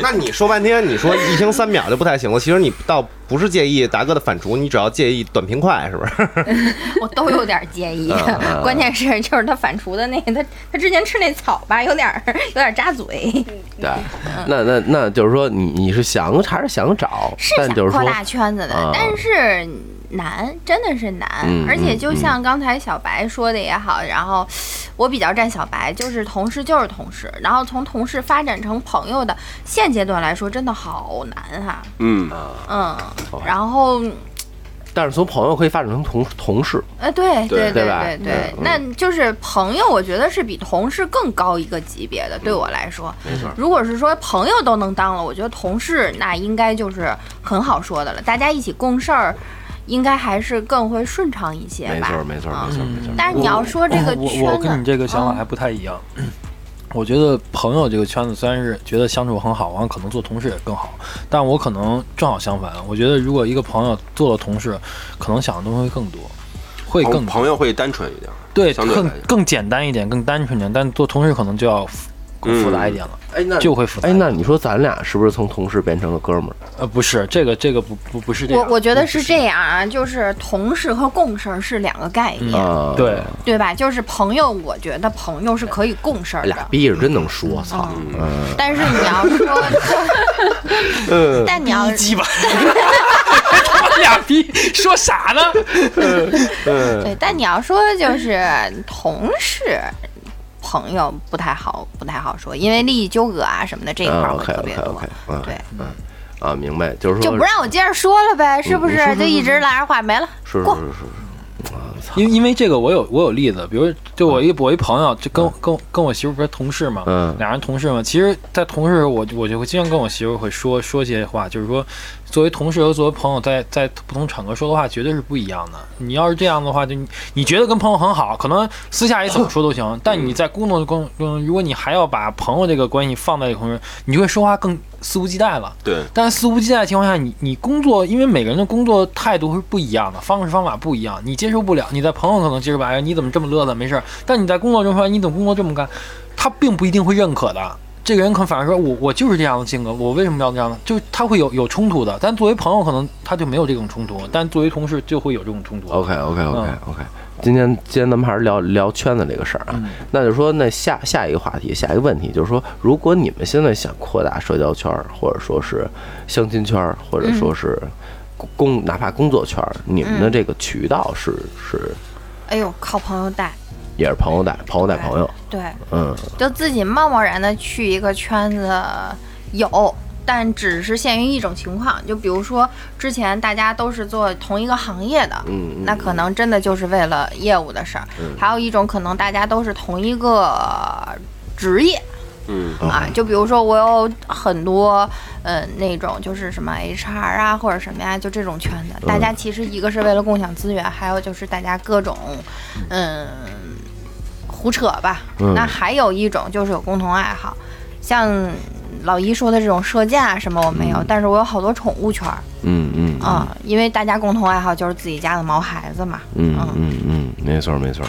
C: 那你说半天，你说一听三秒就不太行了。其实你倒不是介意达哥的反刍，你只要介意短平快，是不是？
B: 我都有点介意。
A: 嗯
B: 关键是就是他反刍的那个，他他之前吃那草吧，有点儿有点儿扎嘴，
A: 对，那那那就是说你，你是想还是想找？
B: 是
A: 但
B: 想
A: 就是
B: 扩
A: 说，
B: 大圈子的，
A: 啊
B: 但是难，真的是难。
A: 嗯
B: 而且就像刚才小白说的也好，然后我比较站小白，就是同事就是同事，然后从同事发展成朋友的，现阶段来说真的好难哈、
H: 嗯，
B: 嗯，然后。
A: 但是从朋友可以发展成同同事。
B: 呃，对
H: 对
B: 对
A: 对吧嗯
B: 对
A: 对
B: 对，那就是朋友，我觉得是比同事更高一个级别的。对我来说，没错。如果是说朋友都能当了，我觉得同事那应该就是很好说的了。大家一起共事儿，应该还是更会顺畅一些
A: 没
B: 吧。
A: 错，没错，
B: 啊
A: 没错，没错。
B: 但是你要说这个
E: 嗯我
B: 圈
E: 哦我我
B: 子啊
E: 跟你这个想法还不太一样。 我觉得朋友这个圈子虽然是觉得相处很好，然后可能做同事也更好，但我可能正好相反。我觉得如果一个朋友做了同事，可能想的东西会更多，会更
H: 哦朋友会单纯一点。
E: 对
H: 相对来
E: 更
H: 讲嗯
E: 更简单一点，更单纯一点。但做同事可能就要复更复杂一点了，
A: 哎，那
E: 就会复杂
A: 哎，。那你说咱俩是不是从同事变成了哥们儿？
E: 呃，不是这个这个不不不是这
B: 我
E: 样。
B: 我觉得是
E: 是
B: 这样啊，就是同事和共事儿是两个概念，
E: 嗯
A: 啊，
E: 对，
B: 对吧？就是朋友，我觉得朋友是可以共事儿的
A: 俩。
E: 嗯
A: 逼是真能说，操！
B: 但是你要 说，
E: 嗯
B: 但你要
E: 鸡巴， 他妈俩逼说啥呢？
B: 对，但你要说就是同事、朋友不太好，不太好说，因为利益纠葛啊什么的这一块
A: 啊
B: 儿会
A: ，OK
B: 特别
A: OK
B: 多。
A: OK，嗯，
B: 对，
A: 啊，明白，就是
B: 就
A: 说
B: 不，让我接着说了呗，是不
A: 嗯
B: 是？
A: 是是
B: 就一直拉着话没了。
A: 是是
B: 过
A: 是
E: 因因为这个，我有我有例子，比如就我一我一朋友，就跟跟跟我媳妇不是同事嘛，
A: 嗯
E: 俩人同事嘛。其实，在同事我我就会经常跟我媳妇会说说些话，就是说，作为同事和作为朋友，在在不同场合说的话绝对是不一样的。你要是这样的话，就你你觉得跟朋友很好，可能私下里怎么说都行，但你在工作中，中如果你还要把朋友这个关系放在同事，你就会说话更肆无忌惮了。
H: 对，
E: 但肆无忌惮的情况下，你你工作，因为每个人的工作态度是不一样的，方式方法不一样，你接受不了。你在朋友可能接受不了，哎，你怎么这么乐的？没事儿。但你在工作中说，你怎么工作这么干？他并不一定会认可的。这个人可能反而说我我就是这样的性格，我为什么要这样呢？就是他会有有冲突的。但作为朋友，可能他就没有这种冲突，但作为同事就会有这种冲突。
A: ，OK OK
B: 嗯
A: OK OK。今天今天咱们还是聊聊圈子这个事儿啊
E: 嗯，
A: 那就说那下下一个话题，下一个问题就是说，如果你们现在想扩大社交圈儿，或者说是相亲圈儿，或者
B: 嗯
A: 说是工工哪怕工作圈儿，你们的这个渠道是是
B: 哎呦，靠朋友带，
A: 也是朋友带朋友带朋友，
B: 对，
A: 嗯
B: 就自己贸贸然的去一个圈子有。但只是限于一种情况，就比如说之前大家都是做同一个行业的，
A: 嗯嗯
B: 那可能真的就是为了业务的事儿。还有一种可能大家都是同一个呃职业，
H: 嗯，
B: 啊，就比如说我有很多，嗯，那种就是什么 HR 啊，或者什么呀，就这种圈子，大家其实一个是为了共享资源，还有就是大家各种，嗯，胡扯吧。
A: 嗯
B: 那还有一种就是有共同爱好，像老一说的这种射箭啊什么我没有，但是我有好多宠物圈儿
A: 嗯嗯
B: 啊，因为大家共同爱好就是自己家的毛孩子嘛。
A: 嗯
F: 啊
A: 嗯嗯，没错没错。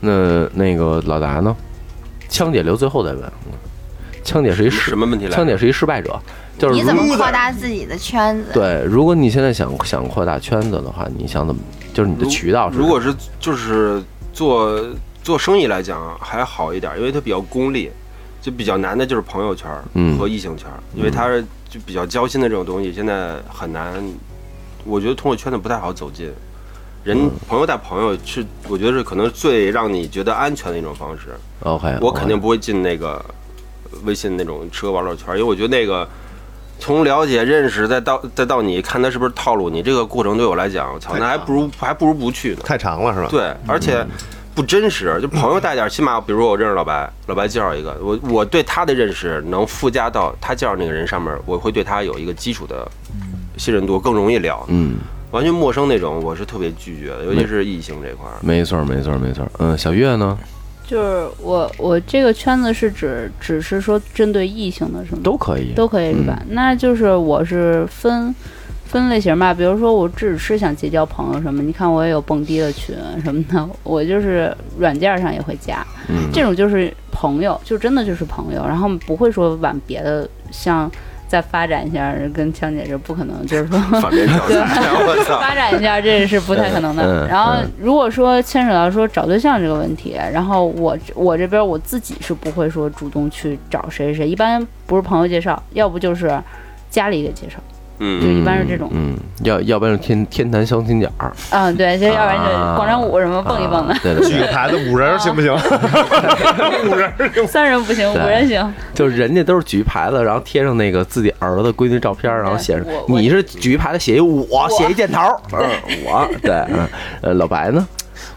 A: 那那个老达呢？枪姐留最后再问。枪姐是一失
H: 什么问题来着
A: 枪姐是一失败者，就是
B: 你
A: 如
B: 怎么扩大自己的圈子？
A: 对，如果你现在想想扩大圈子的话，你想怎么？就是你的渠道是
H: 如果是就是做做生意来讲还好一点，因为它比较功利，就比较难的就是朋友圈儿
A: 嗯
H: 和异性圈儿，因为它是就比较交心的这种东西，现在很难。我觉得通过圈子不太好走近，人、
A: 嗯
H: 朋友带朋友是我觉得是可能最让你觉得安全的一种方式。
A: OK，
H: 我肯定不会进那个微信那种吃喝玩乐圈，因为我觉得那个从了解、认识，再到再到你看他是不是套路你，这个过程对我来讲，操，那还不如还不如不去呢。
C: 太长了是吧？
H: 对，而且不真实，就朋友带点儿，起码比如说我认识老白，老白介绍一个，我我对他的认识能附加到他介绍那个人上面，我会对他有一个基础的信任度，更容易聊。
A: 嗯，
H: 完全陌生那种，我是特别拒绝的，尤其是异性这 块儿。
A: 没错没错没错。嗯，小月呢
F: 就是我我这个圈子是指只是说针对异性的是吗？
A: 都嗯可以，
F: 都可以是吧？那就是我是分分类型吧，比如说我只是想结交朋友什么，你看我也有蹦迪的群什么的， 我就是软件上也会加，
A: 嗯
F: 这种就是朋友，就真的就是朋友，然后不会说往别的像再发展一下，跟强姐这不可能，就是说
H: 反面教 材，我操！
F: 发展一下，这是不太可能
A: 嗯
F: 的。
A: 嗯
F: 然后
A: 嗯，
F: 如果说牵扯到说找对象这个问题，然后我我这边我自己是不会说主动去找谁谁谁，一般不是朋友介绍，要不就是家里给介绍。
H: 嗯
F: 就一般是这种
A: 嗯，嗯要要不然就天天坛相亲角儿，
F: 嗯，对，就要不然
A: 啊
F: 就广场舞什么蹦一蹦的
A: 啊，对对
C: 举
A: 对，
C: 个牌子五人儿行不行？五人儿行。
F: 三人不行，五
A: 对
F: 人行。
A: 就是人家都是举牌子，然后贴上那个自己儿子闺女照片，然后写上
F: 对我我
A: 你是举牌子写一我写一箭头， 嗯，我对，嗯，呃，老白呢？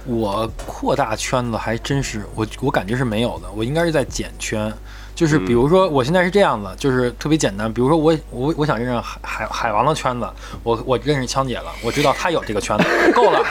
E: 我扩大圈子还真是，我我感觉是没有的，我应该是在减圈。就是比如说，我现在是这样子，就是特别简单。比如说我我我想认识海海海王的圈子，我我认识枪姐了，我知道她有这个圈子， 够了。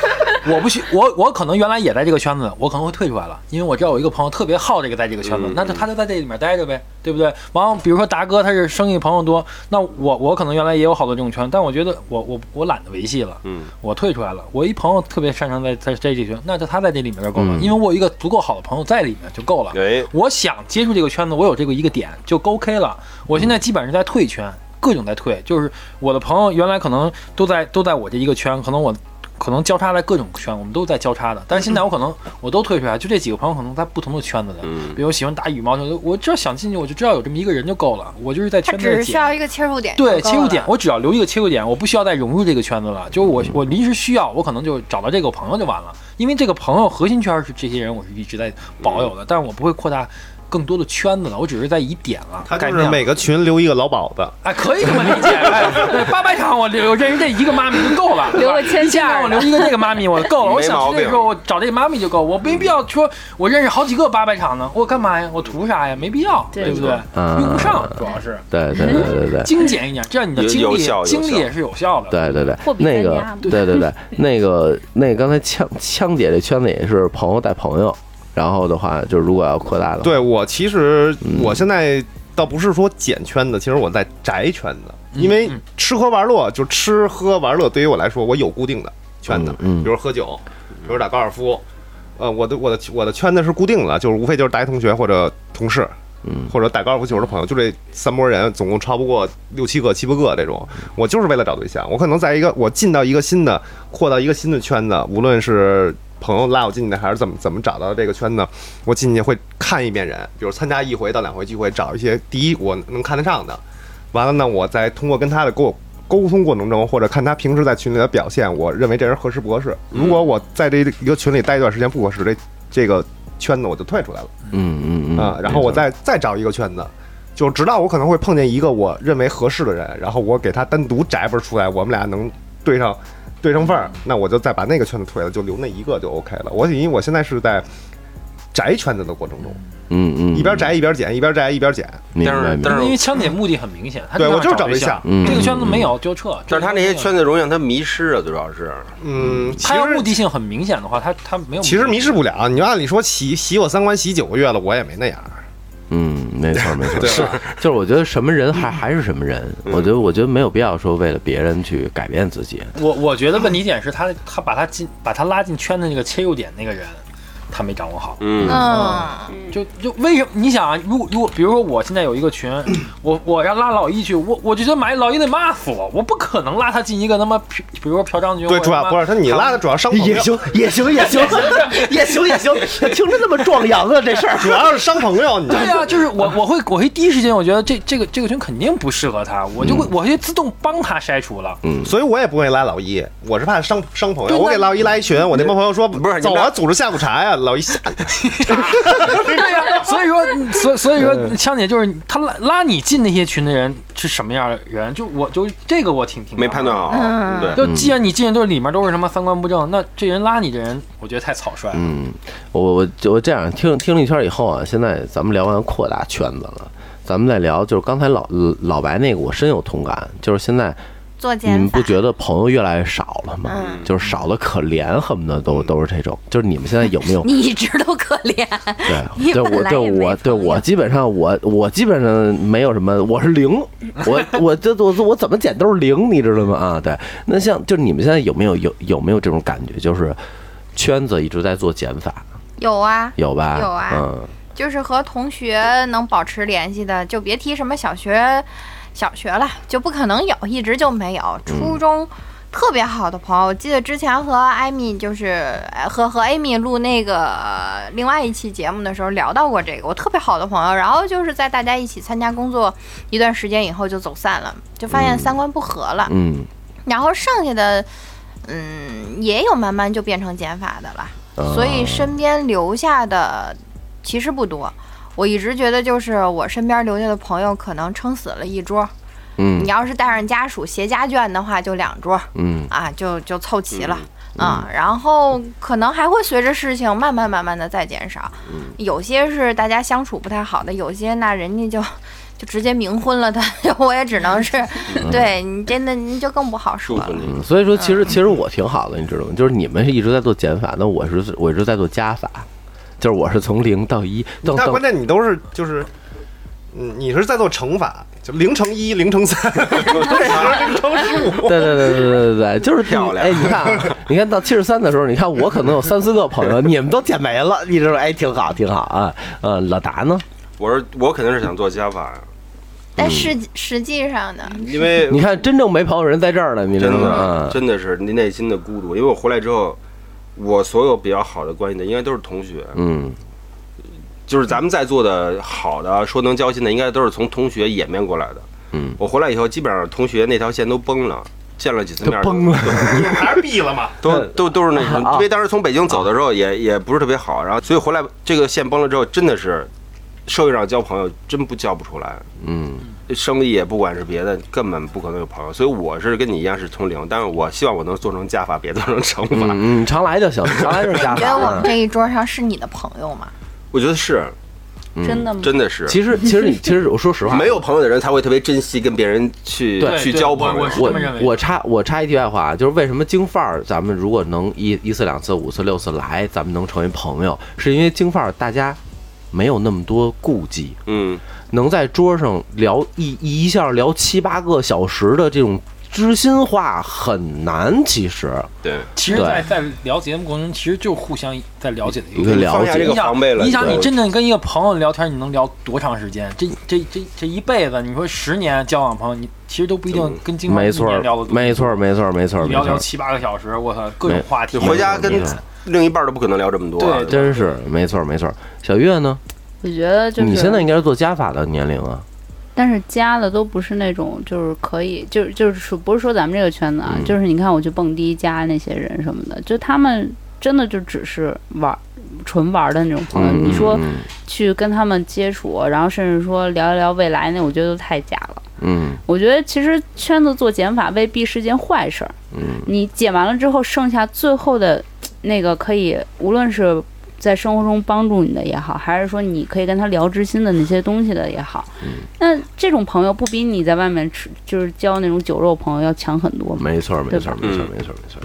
E: 我不去，我我可能原来也在这个圈子，我可能会退出来了，因为我知道我一个朋友特别好这个，在这个圈子，那就他就在这里面待着呗，对不对？完了，比如说达哥他是生意朋友多，那我我可能原来也有好多这种圈，但我觉得我我我懒得维系了，
H: 嗯，
E: 我退出来了。我一朋友特别擅长在在在这圈，那就他在这里面就够了，
A: 嗯
E: 因为我有一个足够好的朋友在里面就够了。
H: 哎，
E: 我想接触这个圈子，我有这个一个点就 OK 了。我现在基本上在退圈，各种在退，就是我的朋友原来可能都在都在我这一个圈，可能我可能交叉在各种圈，我们都在交叉的。但是现在我可能我都退出来，就这几个朋友可能在不同的圈子里。
H: 嗯
E: 比如喜欢打羽毛球，我只要想进去，我就知道有这么一个人就够了。我就是在
G: 他
E: 圈子
G: 只
E: 里
G: 是需
E: 解
G: 要一个切入点就够了，
E: 对切入点，我只要留一个切入点，我不需要再融入这个圈子了。就是我我临时需要，我可能就找到这个朋友就完了。因为这个朋友核心圈是这些人，我是一直在保有的，但是我不会扩大更多的圈子了，我只是在以点了。
C: 他
E: 概
C: 就是
E: 念
C: 嗯
E: 了
C: 每个群留一个老鸨子，
E: 哎，可以这么理解。哎，对，八百场我留认识这一个妈咪就够了，
F: 留个牵线
E: 让
F: 儿
E: 我留一个这个妈咪我 够了。我
H: 没
E: 想
H: 毛
E: 吃这
H: 病嗯
E: 时候我找这个妈咪就够，我没必要说我认识好几个八百场呢，我干嘛呀？我图啥呀？没必要，
F: 对
E: 对不对？
A: 嗯
E: 用不上，主要是
A: 对对对对 对。
E: 精简一点，这样你的
H: 有
E: 精
H: 有
E: 力
H: 效有
E: 精力
H: 效
E: 也是有效的。
A: 对对对
F: 货，比
A: 那
F: 三
A: 个
F: 家嘛
A: 对对对，那个那个刚才枪枪姐这圈子也是朋友带朋友，然后的话就是如果要扩大的话，
C: 对我其实
A: 嗯
C: 我现在倒不是说减圈子，其实我在宅圈子，因为
E: 嗯
C: 吃喝玩乐就吃喝玩乐，对于我来说我有固定的圈子，
A: 嗯嗯
C: 比如喝酒，比如打高尔夫，呃，我的我的我的圈子是固定的，就是无非就是大学同学或者同事。
A: 嗯
C: 或者打高尔夫球的朋友，就这三拨人，总共超不过六七个、七八个这种。
A: 嗯
C: 我就是为了找对象，我可能在一个我进到一个新的，扩到一个新的圈子，无论是朋友拉我进去的，还是怎么怎么找到这个圈子，我进去会看一遍人，比如参加一回到两回聚会，找一些第一我能看得上的，完了呢，我再通过跟他的沟沟通过程中，或者看他平时在群里的表现，我认为这人合适不合适。
A: 嗯
C: 如果我在这一个群里待一段时间不合适，这这个圈子我就退出来了。
A: 嗯嗯嗯
C: 啊，然后我再再找一个圈子，就直到我可能会碰见一个我认为合适的人，然后我给他单独摘分出来，我们俩能对上对上份儿，那我就再把那个圈子退了，就留那一个就 OK 了。我因为我现在是在摘圈子的过程中，
A: 嗯嗯，
C: 一边摘一边剪，一边摘一边剪。
A: 明白
H: 但是
A: 明白
H: 但是
E: 因为枪姐目的很明显，他
C: 对我就是
E: 找
C: 找对
E: 象
C: 象，
A: 嗯
E: 这个圈子没有就撤。
H: 但是他那些圈子容易让他迷失啊，主要是
C: 嗯，其
E: 他要目
C: 实
E: 的性很明显的话，他他没有目的。
C: 其实迷失不了。你要按理说洗洗我三观洗九个月了，我也没那样。
A: 嗯，没错没错，
C: 对
A: 是就是我觉得什么人还还是什么人，我觉得我觉得没有必要说为了别人去改变自己，
E: 我我觉得问题点是他他把他进把他拉进圈的那个切入点那个人，他没掌握好。
H: 嗯，
E: 啊
B: 嗯，
E: 就就为什么？你想啊，如果如果比如说我现在有一个群，我我要拉老一去，我我就觉得买老一得骂死我，我不可能拉他进一个他妈嫖，比如说嫖娼群。
C: 对，
E: 或者
C: 主要
E: 他妈
C: 不是他，你拉的主要伤朋友
I: 也，行，也行，也 行，也行，也行，听着那么壮阳啊，这事儿。
C: 主要是伤朋友，你知道
E: 对
C: 吗
E: 呀、就是我我会我会第一时间，我觉得这这个这个群肯定不适合他，我就会、我会自动帮他筛除了。
C: 所以我也不会拉老一，我是怕伤伤朋友。
E: 对
C: 我
E: 那
C: 给老一拉一群，我那帮朋友说
H: 不是你
C: 走
H: 拉
C: 啊，组织下午茶呀。老一吓，
E: 对呀、所以说，所所以说，枪姐就是他拉拉你进那些群的人是什么样的人？就我就这个我挺挺
H: 没判断。啊好，
B: 嗯
H: 对，
E: 就既然你进的都是里面都是什么三观不正，那这人拉你这人，我觉得太草率了。
A: 嗯，我我我这样听听了一圈以后啊，现在咱们聊完扩大圈子了，咱们再聊就是刚才老老白那个，我深有同感，就是现在
G: 做
A: 你
G: 减
A: 们
G: 法
A: 嗯不，觉得朋友越来越少了吗？
B: 嗯
A: 就是少的可怜，恨不得都都是这种。就是你们现在有没有？
B: 你一直都可怜，
A: 对，
B: 你
A: 对
B: 本
A: 我
B: 来
A: 对
B: 也没
A: 我对
B: 朋
A: 我
B: 友
A: 基本上我我基本上没有什么，我是 零，我我这我我怎么减都是零，你知道吗？啊，对，那像就是你们现在有没有有有没有这种感觉，就是圈子一直在做减法，
B: 有啊，
A: 有吧？
B: 有啊
A: 嗯。
B: 就是和同学能保持联系的，就别提什么小学、小学了，就不可能有，一直就没有。初中特别好的朋友，我记得之前和艾米就是呃和和艾米录那个呃另外一期节目的时候聊到过这个，我特别好的朋友，然后就是在大家一起参加工作一段时间以后就走散了，就发现三观不合了。
A: 嗯
B: 然后剩下的，嗯，也有慢慢就变成减法的了。
A: 啊
B: 所以身边留下的其实不多。我一直觉得，就是我身边留下的朋友，可能撑死了一桌。
A: 嗯
B: 你要是带上家属携家眷的话，就两桌
A: 嗯
B: 啊，就就凑齐了。啊，然后可能还会随着事情慢慢慢慢的再减少，
A: 嗯
B: 有些是大家相处不太好的，有些那人家就 就直接冥婚了，他我也只能是，对你真的你就更不好说
H: 树
B: 了
H: 分。离，
A: 嗯，所以说其实其实我挺好的，你知道吗？就是你们是一直在做减法，那我是我一直在做加法，就是我是从零到一，到
C: 但
A: 到
C: 关键你都是就是，嗯，你是在做乘法，就零乘一，零 乘三，零乘十五。
A: 对对对对对对对，就是
H: 漂亮
A: 哎，你看 啊，你看到七十三的时候，你看我可能有三四个朋友，你们都减没了，你知道吗？哎，挺好，挺好啊。呃，老达呢？
H: 我是我肯定是想做加法啊呀，
A: 嗯
B: 但实实际上呢，
H: 因为
A: 你看真正没朋友人在这儿呢，你知
H: 真
A: 道
H: 的
A: 吗？嗯
H: 真的是你内心的孤独，因为我回来之后，我所有比较好的关系的应该都是同学，
A: 嗯
H: 就是咱们在座的好的说能交心的，应该都是从同学演变过来的。
A: 嗯，
H: 我回来以后，基本上同学那条线都崩了，见了几次面
A: 都崩了，
C: 还是毙了嘛？
H: 都都都是那种，
A: 啊
H: 因为当时从北京走的时候也也不是特别好，然后所以回来这个线崩了之后，真的是社会上交朋友真不交不出来，
A: 嗯
H: 生意也不管是别的，根本不可能有朋友。所以我是跟你一样是从零，但是我希望我能做成加法，别做成乘法。
A: 嗯嗯，常来就行，常来就是加
B: 觉得我
A: 法啊
B: 们。这一桌上是你的朋友吗？
H: 我觉得是，
F: 真
E: 嗯
F: 的吗？
H: 真的是，
A: 嗯其实其实你其实我说实话，
H: 没有朋友的人才会特别珍惜跟别人去
E: 对
H: 去
E: 对
H: 交
E: 我
H: 朋友
E: 我。是
A: 我
E: 这么认为
A: 我插我插一句外话，啊就是为什么京范儿咱们如果能一一次两次五次六次来，咱们能成为朋友，是因为京范儿大家没有那么多顾忌，
H: 嗯，
A: 能在桌上聊一一下聊七八个小时的这种知心话很难，其实
H: 对，
E: 其实
A: 对
E: 在，在聊节目过程中，其实就互相在了解的一
A: 一
E: 个
A: 个
E: 过程。
A: 了
H: 放下这
A: 解
H: 个防备了。
E: 你想，
H: 对
E: 你真正跟一个朋友聊天，你能聊多长时间？这这这这一辈子，你说十年交往朋友，你其实都不一
H: 嗯
E: 定跟经常
A: 没
E: 一
A: 错儿
E: 年聊的，
A: 没错儿，没错儿，没错儿，没
E: 聊
A: 错
E: 聊
A: 儿，
E: 七八个小时，我操，各种话题。
H: 就回家跟
A: 没错
H: 另一半都不可能聊这么多啊。
E: 对
A: 真是没错儿，没错儿。小月呢？
F: 我觉得就是
A: 你现在应该是做加法的年龄啊，
F: 但是加的都不是那种，就是可以，就是就是说不是说咱们这个圈子
A: 嗯
F: 啊，就是你看我去蹦迪加那些人什么的，就他们真的就只是玩儿纯玩儿的那种朋友。
A: 嗯，
F: 你说
A: 嗯
F: 去跟他们接触，然后甚至说聊一聊未来那，我觉得都太假了。
A: 嗯
F: 我觉得其实圈子做减法未必是件坏事儿，
A: 嗯
F: 你减完了之后，剩下最后的那个可以，无论是在生活中帮助你的也好，还是说你可以跟他聊知心的那些东西的也好，
E: 嗯
F: 那这种朋友不比你在外面吃就是交那种酒肉朋友要强很多
A: 嗯，
F: 吗？
A: 没错儿，没错儿，
H: 对
A: 没
H: 吧
A: 错
C: 嗯
A: 儿，没错儿，没错儿。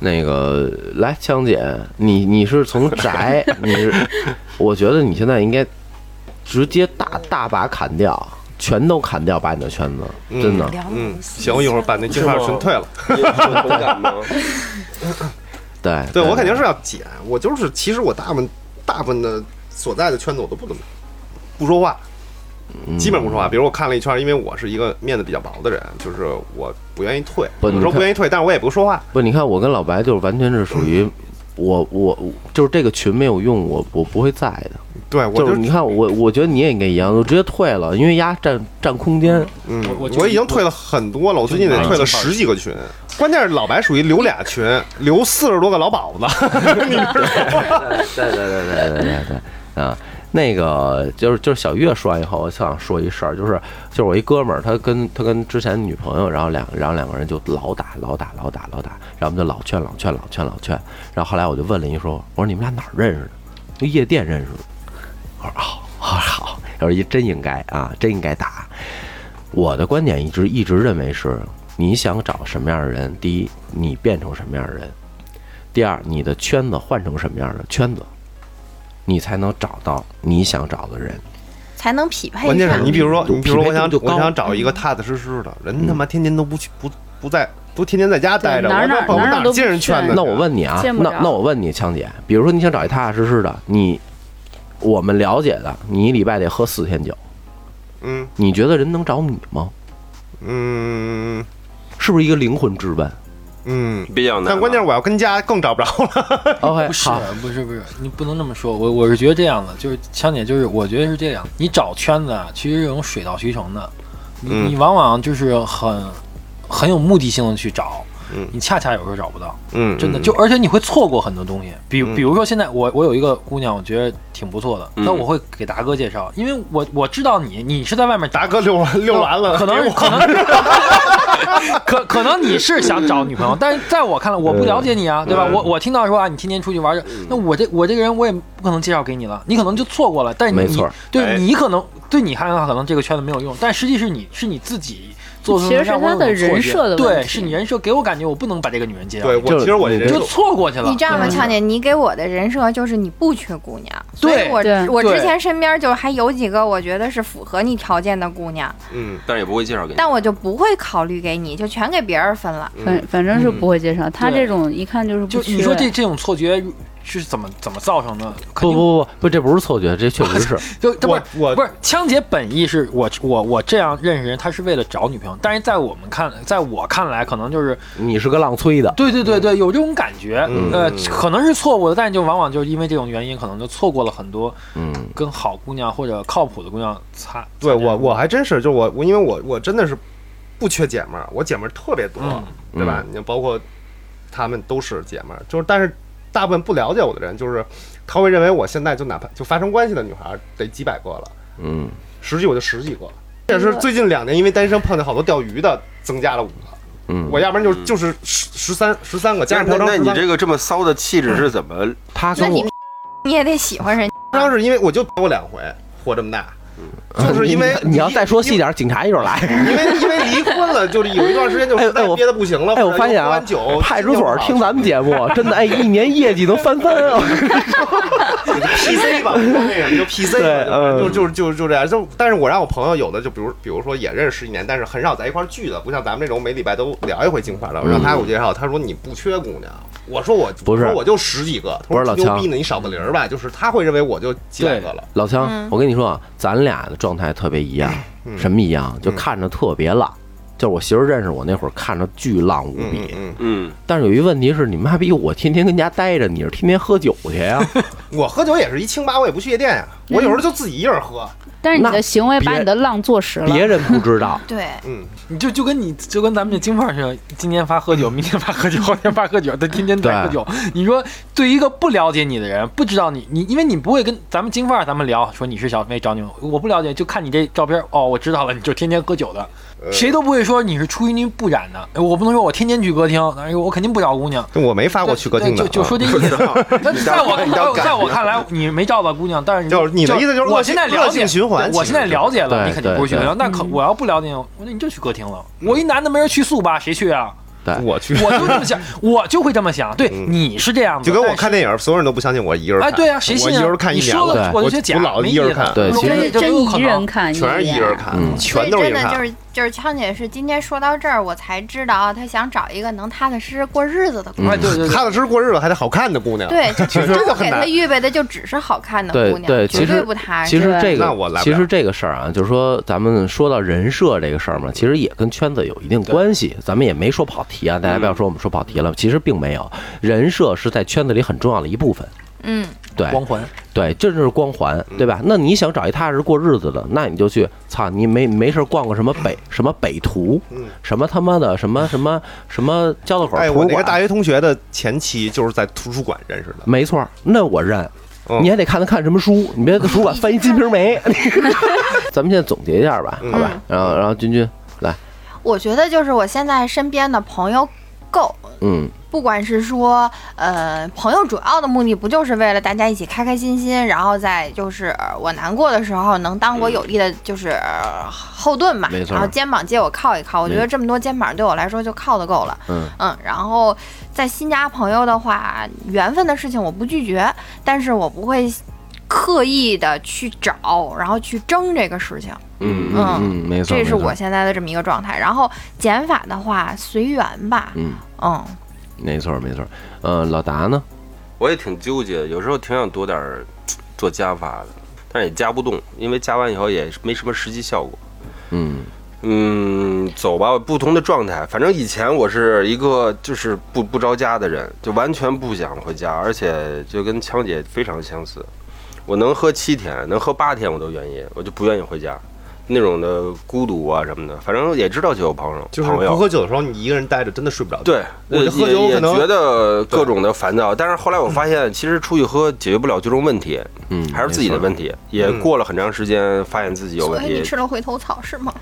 A: 那个，来，江姐，你 你是从 宅，你是，我觉得你现在应该直接大大把砍掉，全都砍掉，把你的圈
C: 嗯
A: 子，真的。
C: 嗯，行，我一会儿把那金发群退了。
H: 你有同感吗？
A: 对，对
C: 对我肯定是要减。我就是，其实我大部分大部分的所在的圈子我都不怎么不说话，
A: 嗯
C: 基本不说话。比如我看了一圈，因为我是一个面子比较薄的人，就是我不愿意退，
A: 不
C: 有
A: 你
C: 时候不
A: 看
C: 愿意退，但是我也不说话。
A: 不，你看我跟老白就是完全是属于我我我就是这个群没有用，我我不会在的。
C: 对，我
A: 就是你看我，我觉得你也应该一样，我直接退了，因为压占占空间。
C: 嗯
E: 我，我就
C: 我已经退了很多了，我最近得退了十几个群。关键是老白属于留俩群，留四十多个老鸨 子，你知道吗？
A: 对对对对对对对啊！那个就是就是小月说完以后，我想说一事儿，就是就是我一哥们儿，他跟他跟之前女朋友，然后两然后两个人就老打老打老打老打，然后我们就老劝老劝老劝老劝，然后后来我就问了一说，我说你们俩哪儿认识的？就夜店认识的。我说好，好，好，我说一真应该啊，真应该打。我的观点一直一直认为是，你想找什么样的人，第一，你变成什么样的人；第二，你的圈子换成什么样的圈子，你才能找到你想找的人。
G: 才能匹配上。
C: 关键是你比如说，你比如说，我想
A: 匹配度就高嗯
C: 我想找一个踏踏实实的人，他妈天天都不去不不在，都天天在家待着，
F: 对哪儿
C: 我
F: 哪儿
C: 跑
F: 哪儿
C: 哪
F: 哪儿都
C: 进人
F: 不去
C: 圈子去？
A: 那我问你啊
F: 见，不
A: 那
F: 着
A: 那我问你，强姐，比如说你想找一踏踏实实的，你我们了解的，你一礼拜得喝四天酒，
C: 嗯
A: 你觉得人能找你吗？
C: 嗯
A: 是不是一个灵魂质问
C: 嗯，
H: 比较难啊吧。
C: 但关键是我要跟家更找不着了。
A: ？OK，
E: 不是
A: 哎好，
E: 不是不是，你不能这么说。我我是觉得这样的，就是强姐，就是我觉得是这样。你找圈子啊，其实这种水到渠成的，你、
C: 嗯
E: 你往往就是很很有目的性的去找，
C: 嗯
E: 你恰恰有时候找不到，
C: 嗯，
E: 真的
C: 嗯
E: 就而且你会错过很多东西。比
C: 嗯
E: 比如说现在我我有一个姑娘，我觉得挺不错的，
H: 嗯
E: 那我会给达哥介绍，因为我我知道你，你是在外面
C: 达哥溜完溜完了，
E: 可
C: 给
E: 能
C: 我
E: 可能 可可能你是想找女朋友，但是在我看来，
C: 嗯
E: 我不了解你啊，对吧？我我听到说啊，你天天出去玩儿，那我这我这个人我也不可能介绍给你了，你可能就错过了。但是你
A: 没错
E: 你
H: 哎
E: 对你可能对你看来可能这个圈子没有用，但实际是你是你自己做出
F: 其实是
E: 让我
F: 他
E: 有
F: 的
E: 种错
F: 人
E: 觉
F: 设的问
E: 对，
F: 题
E: 是你人设给我感觉我不能把这个女人介绍
C: 对
E: 给
C: 我其实我这
E: 你，
C: 人
E: 就错过去了。
G: 你这样吧，
E: 嗯
G: 强姐，你给我的人设就是你不缺姑娘，所以
E: 对
G: 我
F: 对
G: 我之
E: 对
G: 前身边就还有几个我觉得是符合你条件的姑娘，
C: 嗯
H: 但是也不会介绍给你。
G: 但我就不会考虑给你，就全给别人分了。
F: 反反正是不会介绍。他
E: 嗯对
F: 这种一看就是
E: 就
F: 不缺。
E: 你说这这种错觉是怎么怎么造成的？肯
A: 不不
E: 定
A: 不不，这不是错觉，这确实是。
E: 就他不是
C: 我我
E: 不是枪姐本意是我我我这样认识人，他是为了找女朋友，但是在我们看，在我看来，可能就是
A: 你是个浪催的，
E: 对对对对，有这种感觉，
C: 嗯
E: 呃，可能是错误的，但就往往就是因为这种原因，可能就错过了很多
A: 嗯，
E: 跟好姑娘或者靠谱的姑娘擦。
C: 对我
E: 我
C: 我还真是，就是我我因为我我真的是不缺姐们儿，我姐们儿特别多，
E: 嗯
C: 对吧？你包括她们都是姐们儿，就是但是大部分不了解我的人，就是他会认为我现在就哪怕就发生关系的女孩儿得几百个了，
A: 嗯，
C: 十几我就十几个。这也是最近两年因为单身碰见好多钓鱼的，增加了五个。
A: 嗯
C: 我要不然就是就是十十三十三个，加上
H: 那
C: 嫖娼
H: 那
C: 13
H: 你
C: 个
H: 这个这么骚的气质是怎么？
A: 他
G: 那
A: 跟
G: 你
A: 我
G: 你也得喜欢人家，
C: 嫖娼是因为我就嫖过两回，活这么大，就是因为
A: 你要再说细点，警察一会儿来。
C: 因为因为离婚了，就是有一段时间就
A: 哎
C: 实在
A: 哎我
C: 憋得不行了。
A: 哎，我
C: 或者
A: 发现
C: 又喝
A: 啊
C: 完酒，
A: 派出所听咱们节目，真的哎，一年业绩能翻番啊。
C: PC 吧，那个就 PC
A: 对
C: 吧，
A: 嗯
C: 就就就就这样。就但是我让我朋友有的就比如比如说也认识一年，但是很少在一块儿聚的，不像咱们这种每礼拜都聊一回金块的。我让他给我介绍，他说你不缺姑娘，我说我
A: 不是
C: 我说我就十几个，他
A: 不
C: 说
A: 是老
C: 牛
A: 强
C: 逼呢，你少个零儿吧，就是他会认为我就几百个了。
A: 老
F: 嗯
A: 强，我跟你说啊，咱俩的状态特别一样，
C: 嗯
A: 什么一样？就看着特别浪，就是我媳妇儿认识我那会儿，看着巨浪无
C: 嗯
A: 比。
C: 嗯，
H: 嗯，
A: 但是有一问题是，你妈逼我天天跟家待着，你是天天喝酒去呀？
C: 嗯我喝酒也是一清吧，我也不去夜店呀，
E: 嗯
C: 我有时候就自己一人喝。
F: 但是你
A: 那
F: 的行为把
A: 别
F: 你的浪坐实了。
A: 别人不知 道，
G: 对，
C: 嗯，
E: 你就就跟你就跟咱们这金块似的，今天发喝酒，明天发喝酒，后天发喝酒，他天天在喝酒。你说对于一个不了解你的人，不知道你你，因为你不会跟咱们金块儿咱们聊说你是小妹找你，我不了解，就看你这照片，哦，我知道了，你就天天喝酒的，
C: 呃
E: 谁都不会说你是出淤泥不染的。哎我不能说我天天去歌厅，哎呦，我肯定不找姑娘。
C: 我没发过去歌厅的
E: 就
C: 啊，
E: 就就说这意 思。那在我
H: 嗯
E: 呃
H: 你倒
E: 在在我看来，你没照到姑娘，但是
C: 就是你的意思就是恶
E: 我
C: 性
E: 现在了
C: 恶性
E: 解
C: 循环
E: 对
C: 其实
E: 我现在了解
A: 对
E: 了，你肯定不是去歌
A: 对
E: 厅。那可我要不了解，我那你就去歌厅了。我一男的没人去速吧，谁去啊？
A: 对，
C: 我去，
E: 我就这么想，我就会这么想。对，你是这样的，
C: 嗯就跟我
E: 但是
C: 看电影，所有人都不相信我一人看。
E: 哎，对啊，谁信
C: 我一人
E: 啊？
C: 看一
E: 你
C: 年
E: 说
C: 了，
E: 了，
C: 我
E: 就觉得假，
C: 老
E: 没
C: 一人
E: 意思
C: 看
A: 对
E: 这
A: 其实
F: 真
E: 这都有
F: 真
E: 可
F: 一
E: 能
F: 人看，
C: 全是一人看，
A: 嗯
G: 所
C: 全
G: 以
C: 都是一
G: 真
C: 人
G: 的就
C: 看。
G: 是
B: 就是枪姐是今天说到这儿，我才知道啊她想找一个能踏踏实实过日子的姑娘。
E: 哎，对对对，
C: 踏踏实实过日子还得好看的姑娘。
B: 对，就
C: 嗯其实
B: 中
C: 这
B: 午
C: 就
B: 给
C: 很
B: 她
C: 难。
B: 预备的就只是好看的
A: 对
B: 姑娘，
A: 对
B: 绝
A: 其
B: 对
A: 实
B: 不踏实。
A: 其实这
C: 那
A: 个
C: 我来不了
A: 其实这个事儿啊，就是说咱们说到人设这个事儿嘛，其实也跟圈子有一定关系。咱们也没说跑题啊，大
C: 嗯
A: 家不要说我们说跑题了，其实并没有。人设是在圈子里很重要的一部分。
B: 嗯，
A: 对
E: 光环，
A: 对，这就是光环，对吧？那你想找一踏实过日子的，那你就去操，你没没事逛个什么北什么北图，什么他妈的什么什么什么交道口
C: 哎，
A: 图
C: 我
A: 书
C: 那个
A: 馆，
C: 大学同学的前妻就是在图书馆认识的。
A: 没错，那我认。
C: 嗯
A: 你还得看他看什么书，你别在图书馆翻一《金瓶梅》。咱们现在总结一下吧，
C: 嗯
A: 好吧？然后，然后君君来，
B: 我觉得就是我现在身边的朋友够，
A: 嗯，
B: 不管是说，呃，朋友主要的目的不就是为了大家一起开开心心，然后在就是呃我难过的时候能当我有力的，就是、呃后盾嘛
A: 没，错
B: 然后肩膀借我靠一靠。我觉
A: 没
B: 得这么多肩膀对我来说就靠的够了。
A: 嗯
B: 然后在新加朋友的话，缘分的事情我不拒绝，但是我不会刻意的去找，然后去争这个事情。
A: 嗯
B: 嗯
A: 嗯，没错，
B: 这是
A: 没错
B: 我现在的这么一个状态。然后减法的话，随缘吧。
A: 嗯，
B: 嗯，
A: 没错没错。呃，老达呢？
H: 我也挺纠结，有时候挺想多点儿做加法的，但是也加不动，因为加完以后也没什么实际效果。
A: 嗯
H: 嗯，走吧，不同的状态。反正以前我是一个就是不不着家的人，就完全不想回家，而且就跟枪姐非常相似。我能喝七天，能喝八天我都愿意，我就不愿意回家，那种的孤独啊什么的。反正也知道酒朋友，
C: 就是
H: 朋友
C: 不喝酒的时候，你一个人待着真的睡不着。，
H: 对，
C: 我就喝
H: 也
C: 酒
H: 也
C: 可能
H: 觉得各种的烦躁，但是后来我发现，其实出去喝解决不了最终问题，
A: 嗯，
H: 还是自己的
A: 没错
H: 问题。也
C: 嗯
H: 过了很长时间，发现自己有
B: 所
H: 问
B: 以你
H: 题。
B: 吃了回头草是吗？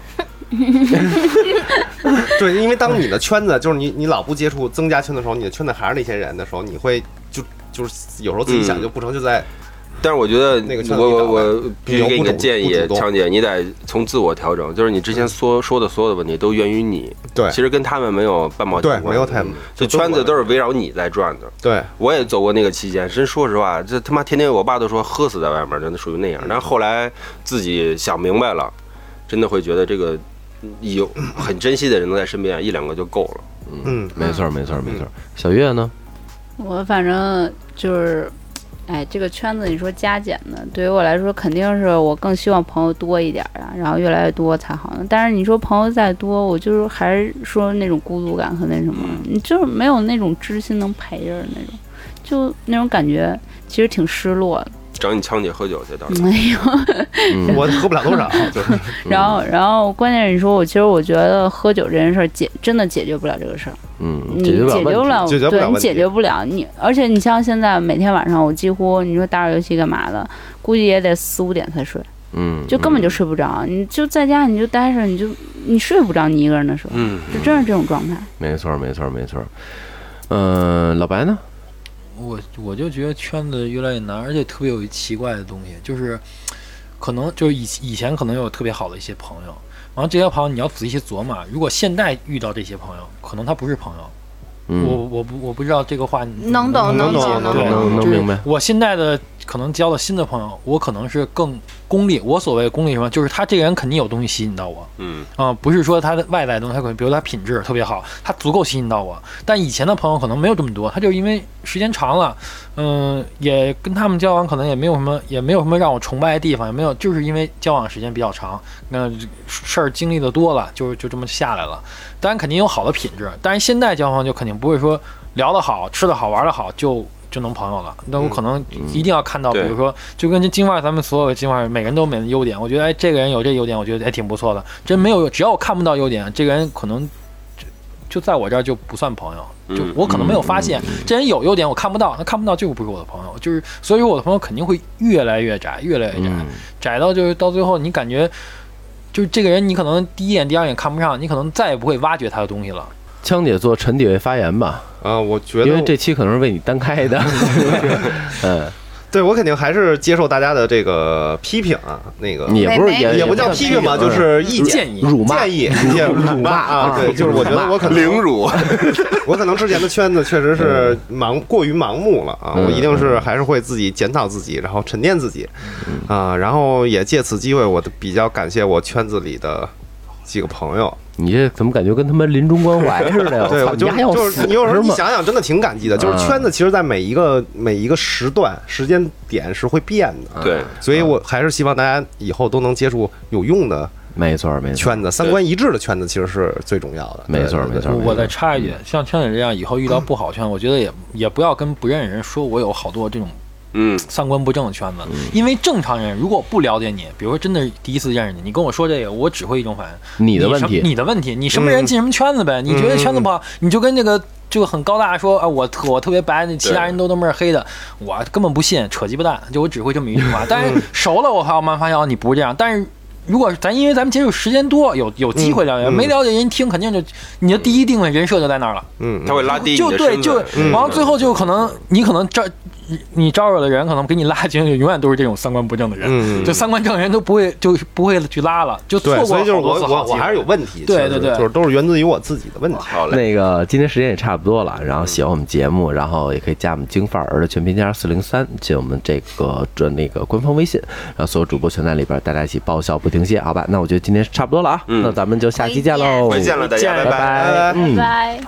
C: 对，因为当你的圈子就是你你老不接触增加圈子的时候，你的圈子还是那些人的时候，你会就就是有时候自己想
H: 嗯
C: 就不成就在
H: 但是我觉得
C: 那个
H: 我，
C: 圈子
H: 我
C: 里
H: 我
C: 的
H: 必须给你个建
C: 不
H: 议
C: 主不主，动嗯
H: 强姐，你得从自我调整，就是你之前说说的所有的问题都源于你，
C: 对
H: 其实跟他们没有半毛钱
C: 对
H: 关系，嗯
C: 没有太
H: 这圈子都是围绕你在转的。
C: 对
H: 我也走过那个期间，真说实话，这他妈天天我爸都说喝死在外面，真的属于那样。但是后来自己想明白了，真的会觉得这个嗯有很珍惜的人能在身边，一两个就够了。
C: 嗯
A: 没错没错没错。小月呢？
F: 我反正就是，哎，这个圈子你说加减呢，对于我来说肯定是我更希望朋友多一点儿啊，然后越来越多才好呢。但是你说朋友再多，我就是还是说那种孤独感和那什么，你就是没有那种知心能陪着的那种，就那种感觉，其实挺失落的。
H: 找你枪姐喝酒去，到时候
F: 没有。
A: 嗯
C: 我喝不 了多少，就是
F: 然后，然后关键是你说我，其实我觉得喝酒这件事儿解真的解决不了这个事儿。
A: 嗯，
F: 你
A: 解决不了
F: 解
A: 问
F: 决
A: 题
C: 解决不了
F: 不了，对你
C: 问题
F: 解决不了你，而且你像现在每天晚上，我几乎你说打会儿游戏干嘛的，估计也得四五点才睡，
A: 嗯，
F: 就根本
A: 嗯
F: 就睡不着。你就在家你就待着，你就你睡不着，你一个人的时候，
H: 嗯。
F: 就真是这种状态。
A: 没错没错没错。嗯、老白呢？
E: 我我就觉得圈子越来越难，而且特别有一奇怪的东西，就是可能就是以以前可能有特别好的一些朋友，然后这些朋友你要仔细去琢磨，如果现在遇到这些朋友，可能他不是朋友。我
A: 嗯，
E: 我不我不知道这个话你
B: 能懂
C: 嗯能
B: 懂
C: 懂
B: 能
C: 能
E: 对
C: 懂
A: 哦能
E: 就是
A: 能明白
E: 我现在的可能交的新的朋友，我可能是更功利。我所谓功利什么，就是他这个人肯定有东西吸引到我。
H: 嗯
E: 啊、不是说他的外在的东西，他可能比如他品质特别好，他足够吸引到我。但以前的朋友可能没有这么多，他就因为时间长了，嗯、也跟他们交往可能也没有什么，也没有什么让我崇拜的地方，也没有，就是因为交往时间比较长，那、事儿经历的多了，就就这么下来了。当然肯定有好的品质，但是现在交往就肯定不会说聊得好、吃得好、玩得好就。就能朋友了，那我可能一定要看到，比
H: 对
E: 如说，就跟这金花，咱们所有的金花，每个人都有每个优点。我觉得，哎，这个人有这优点，我觉得还挺不错的。真没有，只要我看不到优点，这个人可能就就在我这儿就不算朋友。就
H: 嗯
E: 我可能没有发现，这人有优点我看不到，那看不到就是不是我的朋友，就是所以说我的朋友肯定会越来越窄，越来越
C: 哎
E: 窄，
A: 嗯
E: 窄到就是到最后你感觉，就是这个人你可能第一眼、第二眼看不上，你可能再也不会挖掘他的东西了。
A: 枪姐做沉底位发言吧，
C: 啊，我觉得
A: 因为这期可能是为你单开 的。嗯，
C: 对我肯定还是接受大家的这个批评啊，那个
A: 也不是
B: 没
A: 也
C: 也不叫批评吧，
A: 嗯
C: 就。是意见。
E: 议
A: 辱骂
C: 建议、建议辱骂
A: 啊
C: 啊，对，就是我觉得我可能
H: 凌辱，
C: 我可能之前的圈子确实是盲过于盲目了啊，
A: 嗯
C: 我一定是还是会自己检讨自己，然后沉淀自己，啊，然后也借此机会，我比较感谢我圈子里的几个朋友，
A: 你这怎么感觉跟他妈临终关怀似 的呀？
C: 对，
A: 操
C: 我就
A: 你还要
C: 就是
A: 死
C: 你有时候
A: 是
C: 你
A: 吗
C: 想想，真的挺感激的。就是
A: 嗯
C: 圈子，其实，在每一个每一个时段、时间点是会变
A: 嗯
C: 的，
H: 对，
C: 所以我还是希望大家以后都能接触有用的
A: 没错没错，
C: 圈子，三观一致的圈子其实是最重要的。
A: 嗯没错
C: 对对
A: 没错
C: 对
E: 我我
H: 嗯
E: 再插一句，像圈子这样，以后遇到不好圈，我觉得也也不要跟不认识人说我有好多这种
H: 嗯，
E: 三观不正的圈
A: 嗯
E: 子，因为正常人如果不了解你，比如说真的是第一次认识你，你跟我说这个，我只会一种反应，
A: 你的问
E: 什么
A: 题，嗯
E: 你的问题，你什么人进什么圈子呗，你觉得圈子不好，你就跟那个。就很高大说啊，我特我特别白，那其他人都他妈是黑的，我根本不信，扯鸡巴蛋，就我只会这么一句
A: 嗯
E: 话。但是熟了，我靠，慢慢发现哦，你不是这样。但是如果咱因为咱们接触时间多，有有机会了解，
C: 嗯嗯
E: 没了解人听，肯定就你的第一定位人设就在那儿了。
C: 嗯，
H: 他会拉低你
E: 就
H: 的
E: 对，
H: 身份
E: 就
H: 嗯
E: 完了，最后就可能你可能招你你招惹的人，可能给你拉进去，永远都是这种三观不正的人，
C: 嗯
E: 就三观正的人都不会就不会去拉了，就错
C: 对，
E: 过
C: 所以就是
E: 好
C: 我
E: 多次
C: 我
E: 好机
C: 我
E: 会
C: 还是有问题，
E: 对
C: 其实
E: 对对
C: 就是都是源自于我自己的问题。
H: 好嘞，
A: 那个今天时间也差不多了，然后喜欢我们节目，然后也可以加我们京范儿的全拼加四零三进我们这个这那个官方微信，然后所有主播全在里边，大家一起爆笑不停歇，好吧？那我觉得今天差不多了啊，
H: 嗯
A: 那咱们就下期见
B: 回见
A: 喽，
H: 再见
E: 见
H: 了，大家，
E: 了
H: 拜
A: 拜拜，嗯。
F: 拜。